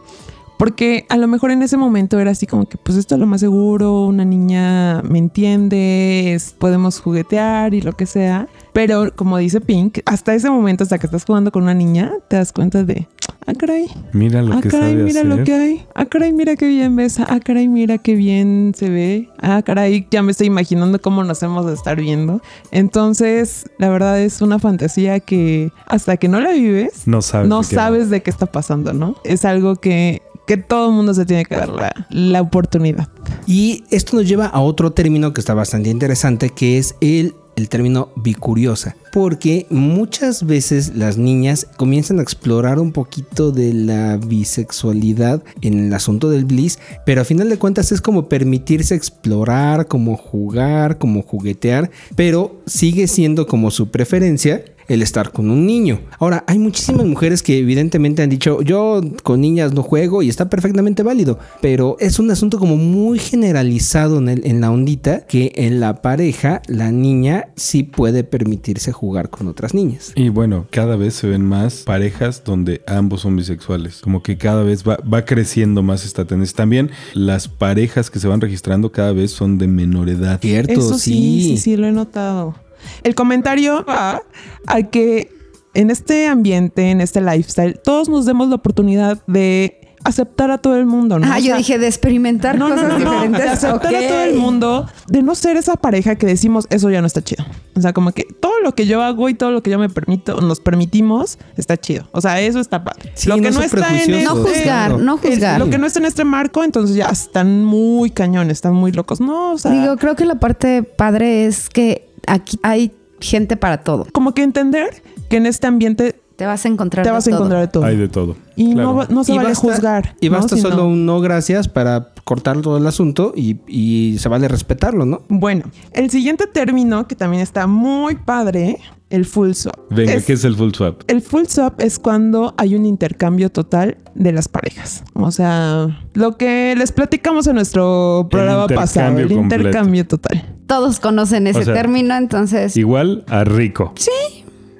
[SPEAKER 2] Porque a lo mejor en ese momento era así como que, pues esto es lo más seguro, una niña me entiende, es- podemos juguetear y lo que sea. Pero como dice Pink, hasta ese momento, hasta que estás jugando con una niña, te das cuenta de, ah, caray,
[SPEAKER 4] Mira lo
[SPEAKER 2] ah,
[SPEAKER 4] que
[SPEAKER 2] caray,
[SPEAKER 4] sabe
[SPEAKER 2] mira
[SPEAKER 4] hacer.
[SPEAKER 2] lo que hay. Ah, caray, mira qué bien besa. Ah, caray, mira qué bien se ve. Ah, caray, ya me estoy imaginando cómo nos hemos de estar viendo. Entonces, la verdad es una fantasía que hasta que no la vives,
[SPEAKER 4] No sabes.
[SPEAKER 2] no
[SPEAKER 4] de qué
[SPEAKER 2] sabes de qué está pasando, ¿no? Es algo que, que todo el mundo se tiene que dar la, la oportunidad.
[SPEAKER 3] Y esto nos lleva a otro término que está bastante interesante, que es el, el término bicuriosa. Porque muchas veces las niñas comienzan a explorar un poquito de la bisexualidad en el asunto del bliss, pero a final de cuentas es como permitirse explorar, como jugar, como juguetear, pero sigue siendo como su preferencia el estar con un niño. Ahora, hay muchísimas mujeres que evidentemente han dicho, yo con niñas no juego y está perfectamente válido, pero es un asunto como muy generalizado en, el- en la ondita que en la pareja la niña sí puede permitirse jugar con otras niñas.
[SPEAKER 4] Y bueno, cada vez se ven más parejas donde ambos son bisexuales. Como que cada vez va, va creciendo más esta tendencia. También las parejas que se van registrando cada vez son de menor edad.
[SPEAKER 3] Cierto,
[SPEAKER 2] Eso sí, sí, sí, lo he notado. El comentario va a que en este ambiente, en este lifestyle, todos nos demos la oportunidad de aceptar a todo el mundo, ¿no?
[SPEAKER 1] Ah,
[SPEAKER 2] O
[SPEAKER 1] yo
[SPEAKER 2] sea,
[SPEAKER 1] dije de experimentar
[SPEAKER 2] no, no,
[SPEAKER 1] cosas
[SPEAKER 2] no, no,
[SPEAKER 1] diferentes.
[SPEAKER 2] de aceptar
[SPEAKER 1] Ok.
[SPEAKER 2] a todo el mundo, de no ser esa pareja que decimos, eso ya no está chido. O sea, como que todo lo que yo hago y todo lo que yo me permito, nos permitimos, está chido. O sea, eso está padre.
[SPEAKER 3] Sí,
[SPEAKER 2] lo que
[SPEAKER 3] no ser
[SPEAKER 1] No
[SPEAKER 3] prejuiciosos.
[SPEAKER 2] este-
[SPEAKER 1] juzgar, no
[SPEAKER 2] es-
[SPEAKER 1] juzgar.
[SPEAKER 2] Lo que no está en este marco, entonces ya están muy cañones, están muy locos. No, o sea,
[SPEAKER 1] Digo, creo que la parte padre es que aquí hay gente para todo.
[SPEAKER 2] como que entender que en este ambiente
[SPEAKER 1] Te vas a encontrar
[SPEAKER 2] te
[SPEAKER 1] de
[SPEAKER 2] vas a
[SPEAKER 1] todo.
[SPEAKER 2] encontrar de todo.
[SPEAKER 4] Hay de todo.
[SPEAKER 2] Y
[SPEAKER 4] Claro.
[SPEAKER 2] no, va- no se vale juzgar.
[SPEAKER 3] Y
[SPEAKER 2] ¿no?
[SPEAKER 3] basta
[SPEAKER 2] Sino-
[SPEAKER 3] solo un no gracias para cortar todo el asunto y, y se vale respetarlo, ¿no?
[SPEAKER 2] Bueno, el siguiente término que también está muy padre, el full swap.
[SPEAKER 4] Venga,
[SPEAKER 2] Es-
[SPEAKER 4] ¿qué es el full swap?
[SPEAKER 2] El full swap es cuando hay un intercambio total de las parejas. O sea, lo que les platicamos en nuestro programa pasado,
[SPEAKER 4] intercambio
[SPEAKER 2] el
[SPEAKER 4] completo.
[SPEAKER 2] intercambio total.
[SPEAKER 1] Todos conocen ese
[SPEAKER 4] O sea,
[SPEAKER 1] término, entonces
[SPEAKER 4] Igual a rico. Sí.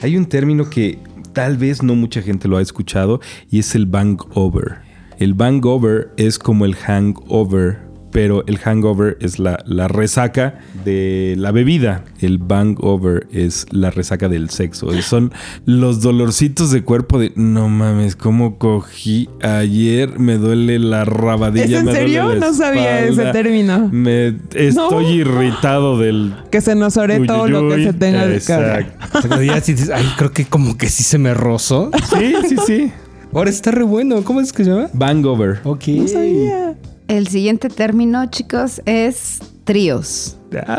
[SPEAKER 4] Hay un término que tal vez no mucha gente lo ha escuchado y es el bangover. El bangover es como el hangover, pero el hangover es la, la resaca de la bebida. El bangover es la resaca del sexo. Es- Son los dolorcitos de cuerpo de no mames, cómo cogí ayer, me duele la rabadilla.
[SPEAKER 2] ¿Es en
[SPEAKER 4] me duele
[SPEAKER 2] serio?
[SPEAKER 4] la
[SPEAKER 2] No sabía ese
[SPEAKER 4] espalda,
[SPEAKER 2] término.
[SPEAKER 4] Me estoy irritado del
[SPEAKER 2] Que se nos ore
[SPEAKER 4] Uy,
[SPEAKER 2] todo
[SPEAKER 4] uy,
[SPEAKER 2] lo que
[SPEAKER 4] uy.
[SPEAKER 2] se tenga de cara.
[SPEAKER 4] Exacto.
[SPEAKER 3] Pero ya sí dices, ay, creo que como que sí se me rozó.
[SPEAKER 4] Sí, sí, sí.
[SPEAKER 3] Ahora está re bueno. ¿Cómo es que se llama?
[SPEAKER 4] Bangover.
[SPEAKER 3] Ok.
[SPEAKER 2] No sabía.
[SPEAKER 1] el siguiente término, chicos, es tríos.
[SPEAKER 3] Ah,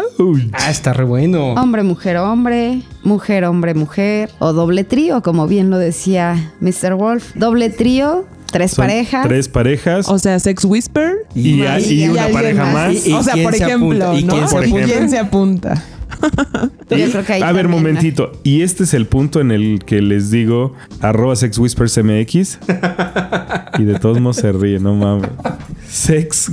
[SPEAKER 3] está re bueno.
[SPEAKER 2] Oh,
[SPEAKER 1] Hombre, mujer, hombre, mujer, hombre, mujer, o doble trío, como bien lo decía Mr. Wolf. Doble trío tres
[SPEAKER 4] Son
[SPEAKER 1] parejas.
[SPEAKER 4] Tres parejas.
[SPEAKER 2] O sea, Sex Whisper.
[SPEAKER 4] y,
[SPEAKER 1] más.
[SPEAKER 4] hay- y
[SPEAKER 1] Y
[SPEAKER 4] una
[SPEAKER 1] alguien
[SPEAKER 4] pareja
[SPEAKER 1] más.
[SPEAKER 4] más.
[SPEAKER 3] ¿Y
[SPEAKER 2] o sea,
[SPEAKER 3] quién
[SPEAKER 2] por
[SPEAKER 3] se
[SPEAKER 2] ejemplo,
[SPEAKER 3] apunta? ¿Y
[SPEAKER 2] ¿no?
[SPEAKER 3] quién se
[SPEAKER 2] ¿Y
[SPEAKER 3] apunta?
[SPEAKER 2] quién se apunta?
[SPEAKER 1] Yo creo que ahí
[SPEAKER 4] a ver,
[SPEAKER 1] también,
[SPEAKER 4] momentito. Y este es el punto en el que les digo arroba sexwhispersmx. y de todos modos se ríe, no mames.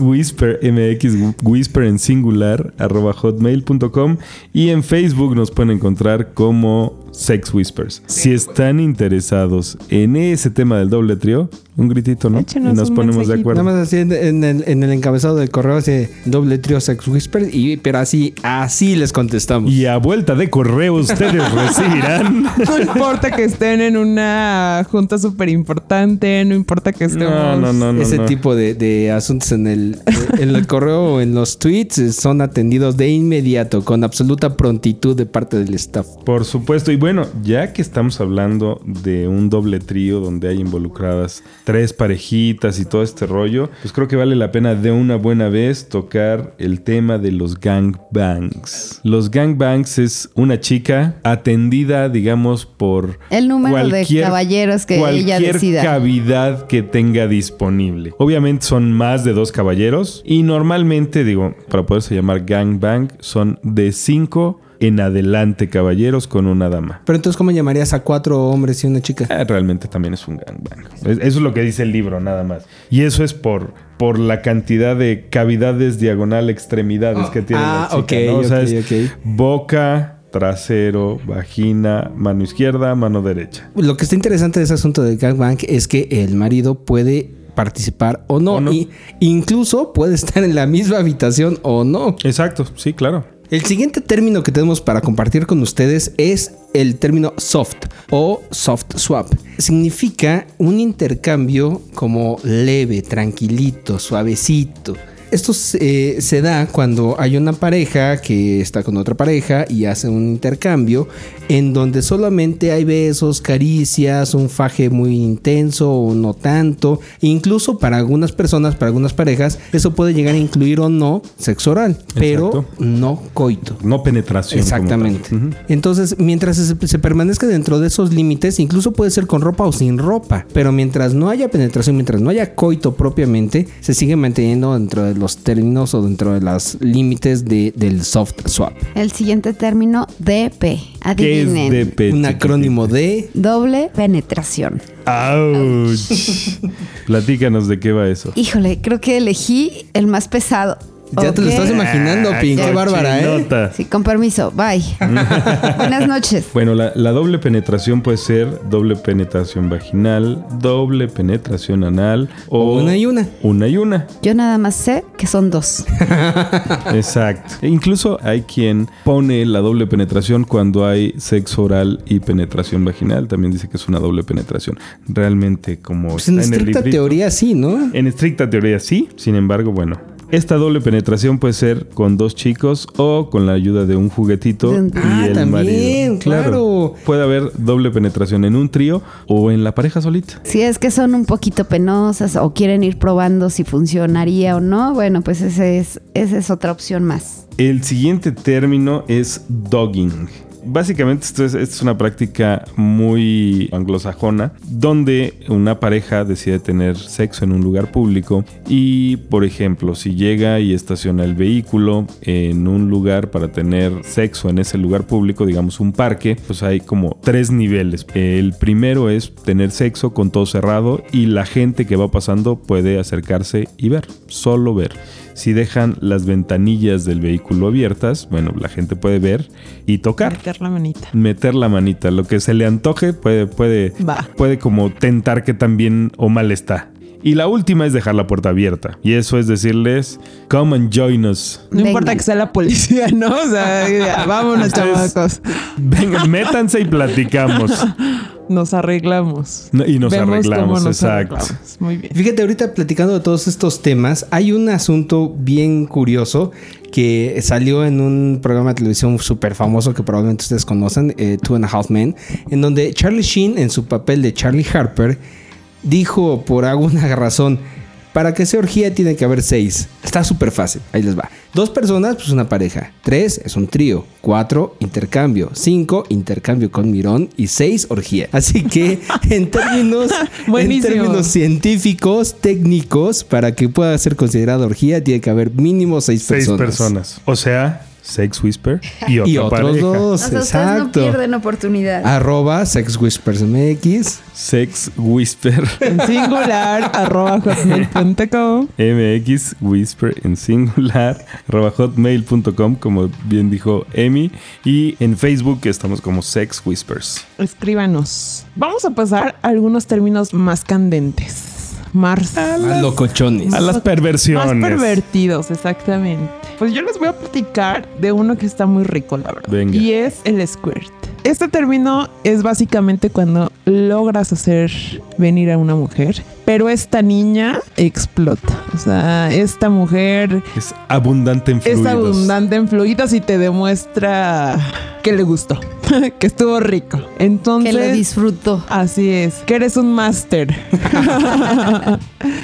[SPEAKER 4] Sexwhispermx, whisper en singular, arroba hotmail.com. Y en Facebook nos pueden encontrar como Sex Whispers. Si están interesados en ese tema del doble trío, un gritito, ¿no?
[SPEAKER 2] Échenos
[SPEAKER 4] y nos
[SPEAKER 2] un
[SPEAKER 4] ponemos de
[SPEAKER 2] mensajito.
[SPEAKER 4] acuerdo.
[SPEAKER 3] Nada más así en, en el, en el encabezado del correo hace doble trío sex whisper y pero así así les contestamos.
[SPEAKER 4] Y a vuelta de correo ustedes recibirán.
[SPEAKER 2] No importa que estén en una junta súper importante, no importa que estemos...
[SPEAKER 4] No, no, no, no.
[SPEAKER 3] Este Ese
[SPEAKER 4] no.
[SPEAKER 3] tipo de, de asuntos en el, en el correo o en los tweets eh, son atendidos de inmediato, con absoluta prontitud de parte del staff.
[SPEAKER 4] Por supuesto, y bueno, ya que estamos hablando de un doble trío donde hay involucradas tres parejitas y todo este rollo, pues creo que vale la pena de una buena vez tocar el tema de los gangbangs. Los gangbangs es una chica atendida, digamos, por
[SPEAKER 1] El número de caballeros que ella
[SPEAKER 4] cualquier
[SPEAKER 1] decida.
[SPEAKER 4] cavidad que tenga disponible. Obviamente son más de dos caballeros y normalmente, digo, para poderse llamar gangbang, son de cinco en adelante caballeros con una dama.
[SPEAKER 3] Pero entonces, ¿cómo llamarías a cuatro hombres y una chica?
[SPEAKER 4] Ah, realmente también es un gangbang. Es- Eso es lo que dice el libro, nada más. Y eso es por, por la cantidad de cavidades diagonal extremidades que tiene
[SPEAKER 3] Ah,
[SPEAKER 4] la chica.
[SPEAKER 3] ok,
[SPEAKER 4] ¿no? O sea,
[SPEAKER 3] ok,
[SPEAKER 4] es
[SPEAKER 3] ok.
[SPEAKER 4] boca, trasero, vagina, mano izquierda, mano derecha.
[SPEAKER 3] Lo que está interesante de ese asunto del gangbang es que el marido puede participar o no,
[SPEAKER 4] O no.
[SPEAKER 3] y incluso puede estar en la misma habitación o no.
[SPEAKER 4] Exacto, sí, claro.
[SPEAKER 3] El siguiente término que tenemos para compartir con ustedes es el término soft o soft swap. Significa un intercambio como leve, tranquilito, suavecito. Esto se, eh, se da cuando hay una pareja que está con otra pareja y hace un intercambio en donde solamente hay besos, caricias, un faje muy intenso o no tanto. Incluso para algunas personas, para algunas parejas, eso puede llegar a incluir o no sexo oral, pero
[SPEAKER 4] Exacto.
[SPEAKER 3] no coito.
[SPEAKER 4] No penetración. como tal.
[SPEAKER 3] Exactamente.
[SPEAKER 4] Ujú.
[SPEAKER 3] Entonces, mientras se, se permanezca dentro de esos límites, incluso puede ser con ropa o sin ropa, pero mientras no haya penetración, mientras no haya coito propiamente, se sigue manteniendo dentro de los términos o dentro de los límites de- del soft swap.
[SPEAKER 1] ¿no? El siguiente término, DP.
[SPEAKER 4] ¿Qué es
[SPEAKER 1] Adivinen.
[SPEAKER 4] DP?
[SPEAKER 3] Un
[SPEAKER 4] chiquitita?
[SPEAKER 3] acrónimo de...
[SPEAKER 1] Doble penetración.
[SPEAKER 4] Ouch. Platícanos de qué va eso.
[SPEAKER 1] Híjole, creo que elegí el más pesado.
[SPEAKER 3] Ya te lo
[SPEAKER 1] Ok.
[SPEAKER 3] estás imaginando,
[SPEAKER 4] Ah,
[SPEAKER 3] Pin. Qué bárbara, ¿eh?
[SPEAKER 4] cochinota.
[SPEAKER 1] Sí, con permiso. Bye. Buenas noches.
[SPEAKER 4] Bueno, la, la doble penetración puede ser doble penetración vaginal, doble penetración anal o...
[SPEAKER 3] Una y una.
[SPEAKER 4] Una y una,
[SPEAKER 1] Yo nada más sé que son dos.
[SPEAKER 4] exacto. E incluso hay quien pone la doble penetración cuando hay sexo oral y penetración vaginal. También dice que es una doble penetración. Realmente como...
[SPEAKER 3] Pues en
[SPEAKER 4] está el
[SPEAKER 3] estricta
[SPEAKER 4] librito.
[SPEAKER 3] teoría sí, ¿no?
[SPEAKER 4] En estricta teoría sí, sin embargo, bueno. Esta doble penetración puede ser con dos chicos o con la ayuda de un juguetito
[SPEAKER 1] De un-
[SPEAKER 4] y
[SPEAKER 3] Ah,
[SPEAKER 4] el
[SPEAKER 3] también,
[SPEAKER 4] marido.
[SPEAKER 3] claro.
[SPEAKER 4] Puede haber doble penetración en un trío o en la pareja solita.
[SPEAKER 1] Si es que son un poquito penosas o quieren ir probando si funcionaría o no, bueno, pues ese es, esa es otra opción más.
[SPEAKER 4] El siguiente término es dogging. Básicamente esto es, esto es una práctica muy anglosajona donde una pareja decide tener sexo en un lugar público y por ejemplo si llega y estaciona el vehículo en un lugar para tener sexo en ese lugar público, digamos un parque, pues hay como tres niveles. El primero es tener sexo con todo cerrado y la gente que va pasando puede acercarse y ver, solo ver. Si dejan las ventanillas del vehículo abiertas, bueno, la gente puede ver y tocar.
[SPEAKER 2] Meter la manita.
[SPEAKER 4] Meter la manita, lo que se le antoje puede, puede,
[SPEAKER 2] Va.
[SPEAKER 4] puede como tentar que también o mal está. Y la última es dejar la puerta abierta. Y eso es decirles, come and join us.
[SPEAKER 2] No
[SPEAKER 1] Venga.
[SPEAKER 2] importa que sea la policía, ¿no? O sea, ya, vámonos,
[SPEAKER 4] Ustedes-
[SPEAKER 2] chamacos.
[SPEAKER 4] Vengan, métanse y platicamos.
[SPEAKER 2] Nos arreglamos.
[SPEAKER 4] No, y nos
[SPEAKER 2] Vemos
[SPEAKER 4] arreglamos,
[SPEAKER 2] cómo nos
[SPEAKER 4] exacto.
[SPEAKER 2] arreglamos. Muy bien.
[SPEAKER 3] Fíjate, ahorita platicando de todos estos temas, hay un asunto bien curioso que salió en un programa de televisión súper famoso que probablemente ustedes conocen, eh, Two and a Half Men, en donde Charlie Sheen, en su papel de Charlie Harper, dijo por alguna razón, Para que sea orgía tiene que haber seis. Está súper fácil. Ahí les va. Dos personas, pues una pareja. Tres es un trío. Cuatro, intercambio. Cinco, intercambio con mirón. Y seis, orgía. Así que en términos, en
[SPEAKER 2] Buenísimo.
[SPEAKER 3] términos científicos, técnicos, para que pueda ser considerada orgía, tiene que haber mínimo seis
[SPEAKER 4] Seis
[SPEAKER 3] personas.
[SPEAKER 4] personas. O sea, Sex Whisper y otra
[SPEAKER 3] Y otros
[SPEAKER 4] pareja.
[SPEAKER 3] dos.
[SPEAKER 1] O sea, ustedes no
[SPEAKER 3] Exacto.
[SPEAKER 1] pierden oportunidad.
[SPEAKER 3] Arroba Sex Whispers MX.
[SPEAKER 4] Sex Whisper
[SPEAKER 2] En singular, arroba hotmail.com.
[SPEAKER 4] MX Whisper en singular arroba hotmail.com como bien dijo Emi y en Facebook estamos como Sex Whispers.
[SPEAKER 2] Escríbanos. Vamos a pasar a algunos términos más candentes. Mars.
[SPEAKER 3] A locochones.
[SPEAKER 4] A las
[SPEAKER 2] Más
[SPEAKER 4] perversiones.
[SPEAKER 2] pervertidos, exactamente. Pues yo les voy a platicar de uno que está muy rico, la verdad.
[SPEAKER 4] Venga.
[SPEAKER 2] Y es el squirt. Este término es básicamente cuando logras hacer venir a una mujer, pero esta niña explota. O sea, esta mujer
[SPEAKER 4] es abundante en
[SPEAKER 2] es
[SPEAKER 4] fluidos.
[SPEAKER 2] abundante en fluidos y te demuestra que le gustó, que estuvo rico.
[SPEAKER 1] que
[SPEAKER 2] Entonces,
[SPEAKER 1] lo disfruto.
[SPEAKER 2] así es, que eres un máster.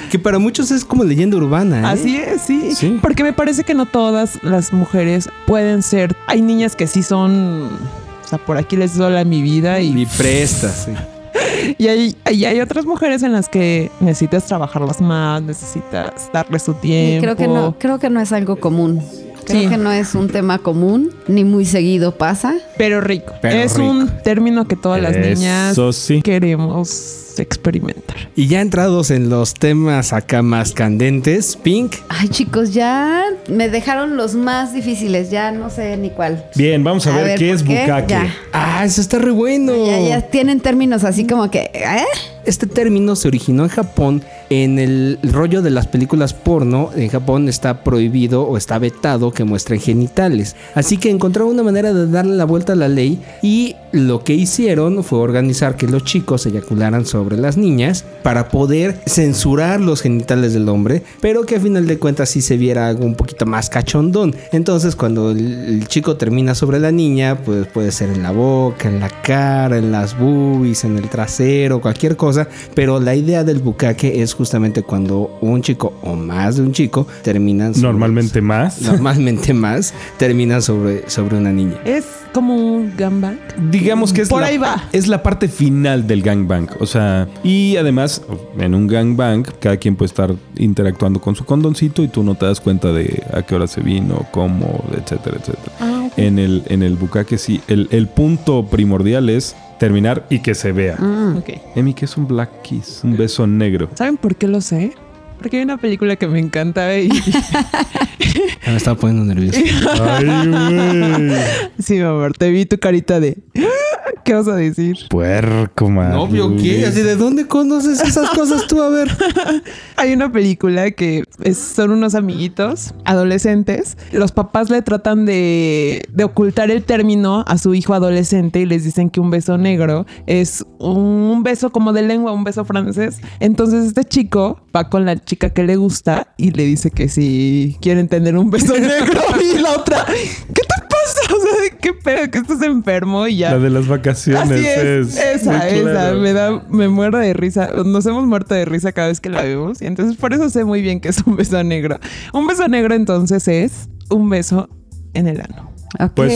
[SPEAKER 3] Que para muchos es como leyenda urbana. ¿eh?
[SPEAKER 2] Así es, sí.
[SPEAKER 4] Sí.
[SPEAKER 2] Porque me parece que no todas las mujeres pueden ser. Hay niñas que sí son. O sea, por aquí les dola mi vida
[SPEAKER 3] Y
[SPEAKER 2] y,
[SPEAKER 3] prestas. sí.
[SPEAKER 2] y hay, y hay otras mujeres en las que necesitas trabajarlas más, necesitas darle su
[SPEAKER 1] Y
[SPEAKER 2] tiempo.
[SPEAKER 1] creo que no, creo que no es algo común. Creo
[SPEAKER 2] Sí.
[SPEAKER 1] que no es un tema común, ni muy seguido pasa.
[SPEAKER 2] Pero rico.
[SPEAKER 3] Pero
[SPEAKER 2] es
[SPEAKER 3] rico.
[SPEAKER 2] un término que todas las niñas
[SPEAKER 4] Eso sí.
[SPEAKER 2] queremos experimentar.
[SPEAKER 3] Y ya entrados en los temas acá más candentes, Pink,
[SPEAKER 1] Ay, chicos, ya me dejaron los más difíciles, ya no sé ni cuál.
[SPEAKER 4] Bien, vamos a, ver, qué
[SPEAKER 1] ¿por
[SPEAKER 4] es bucaque.
[SPEAKER 1] Ya.
[SPEAKER 3] Ah, eso está re bueno.
[SPEAKER 1] Ya, ya tienen términos así como que, ¿eh?
[SPEAKER 3] Este término se originó en Japón en el rollo de las películas porno. En Japón está prohibido o está vetado que muestren genitales. Así que encontraron una manera de darle la vuelta a la ley y lo que hicieron fue organizar que los chicos eyacularan sobre las niñas para poder censurar los genitales del hombre, pero que a final de cuentas sí se viera algo un poquito más cachondón. Entonces cuando el, el chico termina sobre la niña, pues puede ser en la boca, en la cara, en las boobies, en el trasero, cualquier cosa. Pero la idea del bucaque es justamente cuando un chico o más de un chico terminan sobre-
[SPEAKER 4] Normalmente más.
[SPEAKER 3] normalmente más terminan sobre, sobre una niña.
[SPEAKER 2] Es como un gangbang.
[SPEAKER 4] Digamos que es,
[SPEAKER 2] Por
[SPEAKER 4] la,
[SPEAKER 2] ahí va.
[SPEAKER 4] es la parte final del gangbang. O sea, y además, en un gangbang, cada quien puede estar interactuando con su condoncito y tú no te das cuenta de a qué hora se vino, cómo, etcétera, etcétera.
[SPEAKER 2] Ah,
[SPEAKER 4] En el, en el bucaque sí, el, el punto primordial es terminar y que se vea.
[SPEAKER 1] Mm,
[SPEAKER 2] Ok.
[SPEAKER 4] Emi, ¿qué es un black kiss? Un beso negro.
[SPEAKER 2] ¿Saben por qué lo sé? Porque hay una película que me encanta y
[SPEAKER 3] Ya me estaba poniendo nervioso.
[SPEAKER 2] sí, mi amor, te vi tu carita de ¿qué vas a decir?
[SPEAKER 4] Puerco, man.
[SPEAKER 3] No, yo qué, así de dónde conoces esas cosas tú a ver.
[SPEAKER 2] Hay una película que es- son unos amiguitos adolescentes. Los papás le tratan de, de ocultar el término a su hijo adolescente y les dicen que un beso negro es un beso como de lengua, un beso francés. Entonces este chico va con la chica que le gusta y le dice que si quieren tener un beso negro y la otra, ¿qué te pasa? O sea, ¿qué pedo? Que estás enfermo y ya.
[SPEAKER 4] La de las vacaciones.
[SPEAKER 2] Así es, esa,
[SPEAKER 4] muy
[SPEAKER 2] esa,
[SPEAKER 4] clara.
[SPEAKER 2] me da, me muero de risa. Nos hemos muerto de risa cada vez que la vemos. Y entonces por eso sé muy bien que es un beso negro. Un beso negro entonces es un beso en el ano.
[SPEAKER 4] Puede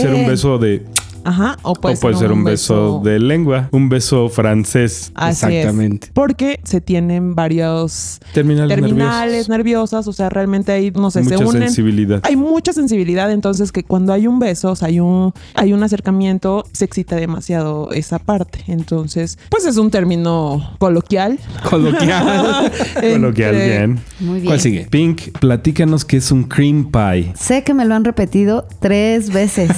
[SPEAKER 1] Ok.
[SPEAKER 4] ser un beso de
[SPEAKER 2] Ajá. O puede,
[SPEAKER 4] o puede ser un beso de lengua, un beso francés.
[SPEAKER 2] Así
[SPEAKER 3] Exactamente.
[SPEAKER 2] Es. Porque se tienen varios
[SPEAKER 4] Terminales,
[SPEAKER 2] terminales nerviosas. O sea, realmente ahí no sé,
[SPEAKER 4] Mucha
[SPEAKER 2] se unen.
[SPEAKER 4] sensibilidad.
[SPEAKER 2] Hay mucha sensibilidad, entonces que cuando hay un beso, o sea, hay un, hay un acercamiento, se excita demasiado esa parte. Entonces, pues es un término coloquial.
[SPEAKER 3] Coloquial.
[SPEAKER 4] Coloquial,
[SPEAKER 2] Entre-
[SPEAKER 4] bien.
[SPEAKER 1] Muy bien.
[SPEAKER 3] ¿Cuál sigue?
[SPEAKER 4] Pink, platícanos qué es un cream pie.
[SPEAKER 1] Sé que me lo han repetido tres veces.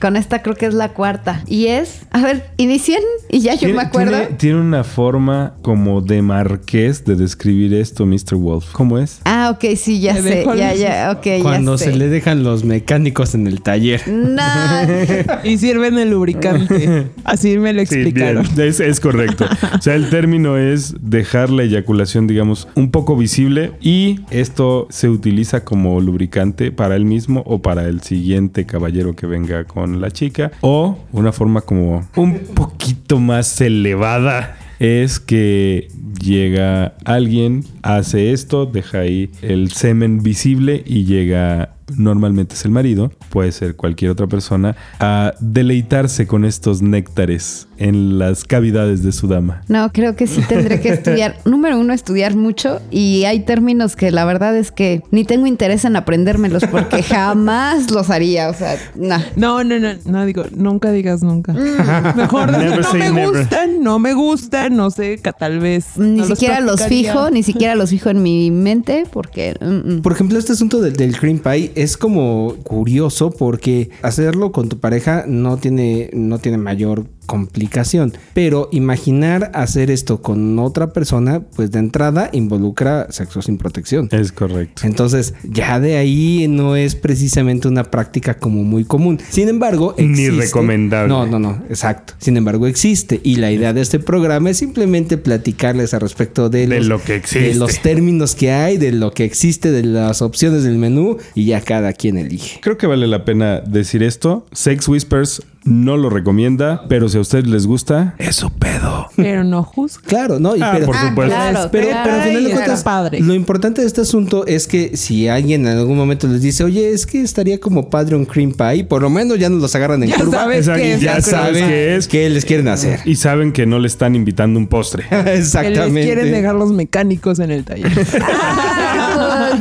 [SPEAKER 1] Con esta creo que es la cuarta. Y es, a ver, inicien y ya yo
[SPEAKER 4] Tiene-
[SPEAKER 1] me acuerdo.
[SPEAKER 4] Tiene, tiene una forma como de marqués de describir esto, Mr. Wolf. ¿Cómo es?
[SPEAKER 1] Ah, ok, sí, ya
[SPEAKER 2] Me
[SPEAKER 1] sé.
[SPEAKER 2] dejó
[SPEAKER 1] Ya,
[SPEAKER 2] el-
[SPEAKER 1] ya, ok, ya
[SPEAKER 3] Cuando se
[SPEAKER 1] sé.
[SPEAKER 3] le dejan los mecánicos en el taller.
[SPEAKER 1] No,
[SPEAKER 2] Y sirven el lubricante. Así me lo explicaron.
[SPEAKER 4] es, es correcto. O sea, el término es dejar la eyaculación, digamos, un poco visible y esto se utiliza como lubricante para él mismo o para el siguiente caballero que venga con la chica o una forma como un poquito más elevada. Es que llega alguien, hace esto, deja ahí el semen visible y llega normalmente es el marido, puede ser cualquier otra persona, a deleitarse con estos néctares en las cavidades de su dama.
[SPEAKER 1] No, creo que sí tendré que estudiar. Número uno, estudiar mucho. Y hay términos que la verdad es que ni tengo interés en aprendérmelos porque jamás los haría. O sea, no.
[SPEAKER 2] No, no, no, no digo, nunca digas nunca.
[SPEAKER 1] Mm.
[SPEAKER 2] Mejor
[SPEAKER 5] Never
[SPEAKER 2] no
[SPEAKER 5] say
[SPEAKER 2] me
[SPEAKER 5] never.
[SPEAKER 2] gustan, no me gustan, no sé, ca- tal vez.
[SPEAKER 1] Ni
[SPEAKER 2] no
[SPEAKER 1] siquiera los
[SPEAKER 2] practicaría.
[SPEAKER 1] fijo, ni siquiera los fijo en mi mente porque... mm, mm.
[SPEAKER 3] Por ejemplo, este asunto del, del cream pie es como curioso porque hacerlo con tu pareja no tiene, no tiene mayor complicación. Pero imaginar hacer esto con otra persona, pues de entrada involucra sexo sin protección.
[SPEAKER 4] Es correcto.
[SPEAKER 3] Entonces, ya de ahí no es precisamente una práctica como muy común. Sin embargo,
[SPEAKER 5] Ni recomendable.
[SPEAKER 3] No, no, no, exacto. Sin embargo, existe. Y la idea de este programa es simplemente platicarles al respecto de,
[SPEAKER 5] De lo que existe.
[SPEAKER 3] de los términos que hay, de lo que existe, de las opciones del menú y ya cada quien elige.
[SPEAKER 4] Creo que vale la pena decir esto. Sex Whispers no lo recomienda, pero si a ustedes les gusta,
[SPEAKER 6] Es su pedo.
[SPEAKER 2] Pero no juzga.
[SPEAKER 3] Claro, ¿no? Y
[SPEAKER 5] Ah, por
[SPEAKER 1] Ah,
[SPEAKER 5] supuesto.
[SPEAKER 1] claro,
[SPEAKER 3] Pero, pero al
[SPEAKER 1] claro.
[SPEAKER 3] final de
[SPEAKER 2] Ay,
[SPEAKER 3] cuentas,
[SPEAKER 2] está padre.
[SPEAKER 3] lo importante de este asunto es que si alguien en algún momento les dice, oye, es que estaría como padre un cream pie, por lo menos ya nos los agarran en
[SPEAKER 2] Ya
[SPEAKER 3] curva.
[SPEAKER 2] sabes
[SPEAKER 5] Exacto,
[SPEAKER 2] que
[SPEAKER 5] ya
[SPEAKER 2] esa
[SPEAKER 5] sabes
[SPEAKER 2] crema-
[SPEAKER 5] que-
[SPEAKER 4] es-
[SPEAKER 3] ¿Qué les quieren hacer?
[SPEAKER 4] y saben que no le están invitando un postre.
[SPEAKER 2] que les
[SPEAKER 3] Exactamente.
[SPEAKER 2] quieren dejar los mecánicos en el taller.
[SPEAKER 1] Ah,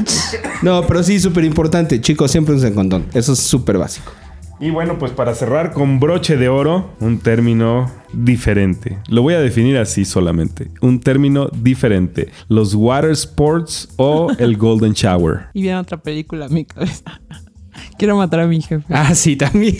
[SPEAKER 3] No, pero sí, súper importante. Chicos, siempre usen condón. Eso es súper básico.
[SPEAKER 4] Y bueno, pues para cerrar con broche de oro, un término diferente. Lo voy a definir así solamente. Un término diferente. Los water sports o el golden shower.
[SPEAKER 2] y viene otra película a mi cabeza. Quiero matar a mi jefe.
[SPEAKER 3] Ah, sí, también.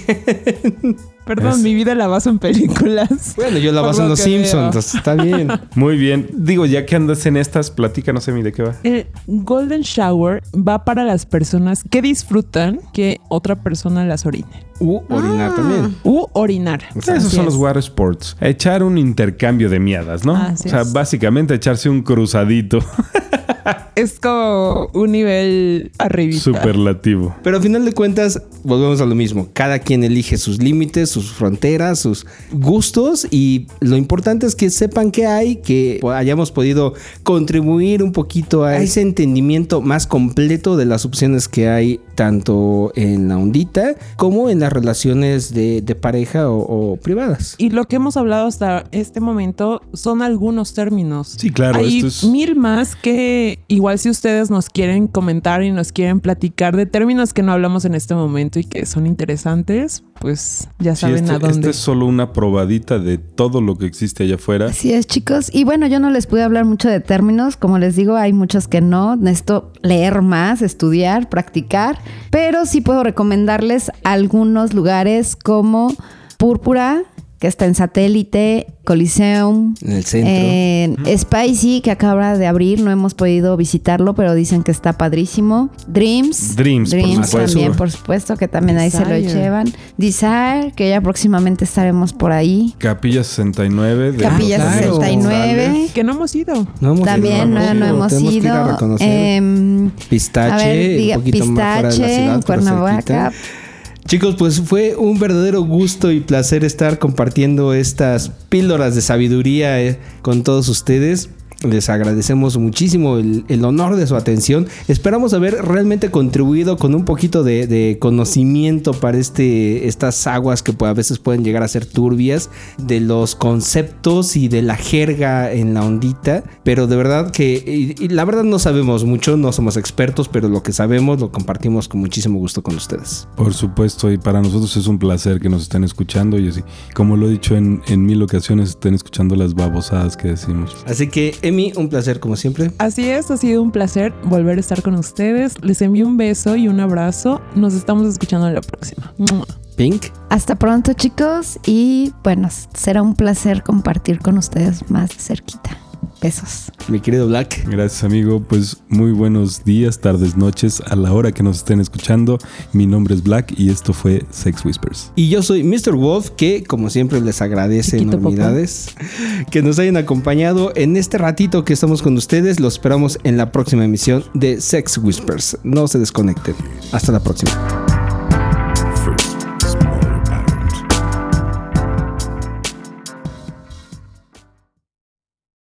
[SPEAKER 2] Perdón, mi vida la baso en películas.
[SPEAKER 3] Bueno, yo la
[SPEAKER 2] Por
[SPEAKER 3] baso en
[SPEAKER 2] lo
[SPEAKER 3] los
[SPEAKER 2] que
[SPEAKER 3] Simpsons,
[SPEAKER 2] veo. Ah.
[SPEAKER 3] entonces está bien.
[SPEAKER 4] Muy bien. Digo, ya que andas en estas, platícanos, sé de qué va.
[SPEAKER 2] El Eh, Golden Shower va para las personas que disfrutan que otra persona las orine.
[SPEAKER 3] Uh, orinar también.
[SPEAKER 2] U orinar.
[SPEAKER 4] Esos
[SPEAKER 2] Así
[SPEAKER 4] son
[SPEAKER 2] es.
[SPEAKER 4] los water sports. Echar un intercambio de miadas, ¿no?
[SPEAKER 2] Así
[SPEAKER 4] o sea,
[SPEAKER 2] es.
[SPEAKER 4] básicamente echarse un cruzadito
[SPEAKER 2] Es como un nivel arribita.
[SPEAKER 4] superlativo.
[SPEAKER 3] Pero al final de cuentas, volvemos a lo mismo. Cada quien elige sus límites, sus fronteras, sus gustos y lo importante es que sepan qué hay, que hayamos podido contribuir un poquito a ese entendimiento más completo de las opciones que hay tanto en la ondita como en las relaciones de, de pareja o, o privadas.
[SPEAKER 2] Y lo que hemos hablado hasta este momento son algunos términos.
[SPEAKER 4] Sí, claro,
[SPEAKER 2] Hay
[SPEAKER 4] esto es-
[SPEAKER 2] mil más que igual si ustedes nos quieren comentar y nos quieren platicar de términos que no hablamos en este momento y que son interesantes, pues ya
[SPEAKER 4] Sí,
[SPEAKER 2] saben
[SPEAKER 4] este,
[SPEAKER 2] a dónde.
[SPEAKER 4] este es solo una probadita de todo lo que existe allá afuera.
[SPEAKER 1] Así es, chicos. Y bueno, yo no les pude hablar mucho de términos. Como les digo, hay muchos que no. Necesito leer más, estudiar, practicar. Pero sí puedo recomendarles algunos lugares como Púrpura, que está en satélite, Coliseum.
[SPEAKER 3] En el centro.
[SPEAKER 1] en Spicy, que acaba de abrir, no hemos podido visitarlo, pero dicen que está padrísimo. Dreams.
[SPEAKER 4] Dreams, por supuesto.
[SPEAKER 1] también, por supuesto, que también ahí se lo
[SPEAKER 2] Desire.
[SPEAKER 1] llevan. Desire, que ya próximamente estaremos por ahí.
[SPEAKER 4] Capilla 69 de
[SPEAKER 1] Capilla
[SPEAKER 4] Los Ángeles
[SPEAKER 1] 69.
[SPEAKER 4] González.
[SPEAKER 2] Eh, Que no hemos ido.
[SPEAKER 3] No hemos
[SPEAKER 1] También
[SPEAKER 3] ido,
[SPEAKER 1] no, no hemos
[SPEAKER 3] Tenemos que ir a
[SPEAKER 1] ido.
[SPEAKER 3] reconocer.
[SPEAKER 1] Em,
[SPEAKER 3] Pistache,
[SPEAKER 1] a ver, diga,
[SPEAKER 3] un poquito más fuera de la
[SPEAKER 1] pistache,
[SPEAKER 3] ciudad,
[SPEAKER 1] en
[SPEAKER 3] pero
[SPEAKER 1] Cuernavaca.
[SPEAKER 3] cerquita. Chicos, pues fue un verdadero gusto y placer estar compartiendo estas píldoras de sabiduría eh, con todos ustedes. Les agradecemos muchísimo el, el honor de su atención. Esperamos haber realmente contribuido con un poquito de, de conocimiento para este, estas aguas que pues, a veces pueden llegar a ser turbias, de los conceptos y de la jerga en la ondita. Pero de verdad que, y- y la verdad no sabemos mucho, no somos expertos, pero lo que sabemos lo compartimos con muchísimo gusto con ustedes.
[SPEAKER 4] Por supuesto, y para nosotros es un placer que nos estén escuchando y así, como lo he dicho en, en mil ocasiones, estén escuchando las babosadas que decimos.
[SPEAKER 3] Así que, Emi, un placer como siempre.
[SPEAKER 2] Así es, ha sido un placer volver a estar con ustedes. Les envío un beso y un abrazo. Nos estamos escuchando en la próxima. ¡Mua!
[SPEAKER 3] Pink.
[SPEAKER 1] Hasta pronto, chicos. Y bueno, será un placer compartir con ustedes más de cerquita. Besos.
[SPEAKER 3] Mi querido Black.
[SPEAKER 4] Gracias amigo, pues muy buenos días, tardes, noches, a la hora que nos estén escuchando. Mi nombre es Black y esto fue Sex Whispers.
[SPEAKER 3] Y yo soy Mr. Wolf, que como siempre les agradece
[SPEAKER 2] Chiquito
[SPEAKER 3] enormidades que nos hayan acompañado en este ratito que estamos con ustedes. Los esperamos en la próxima emisión de Sex Whispers. No se desconecten. Hasta la próxima.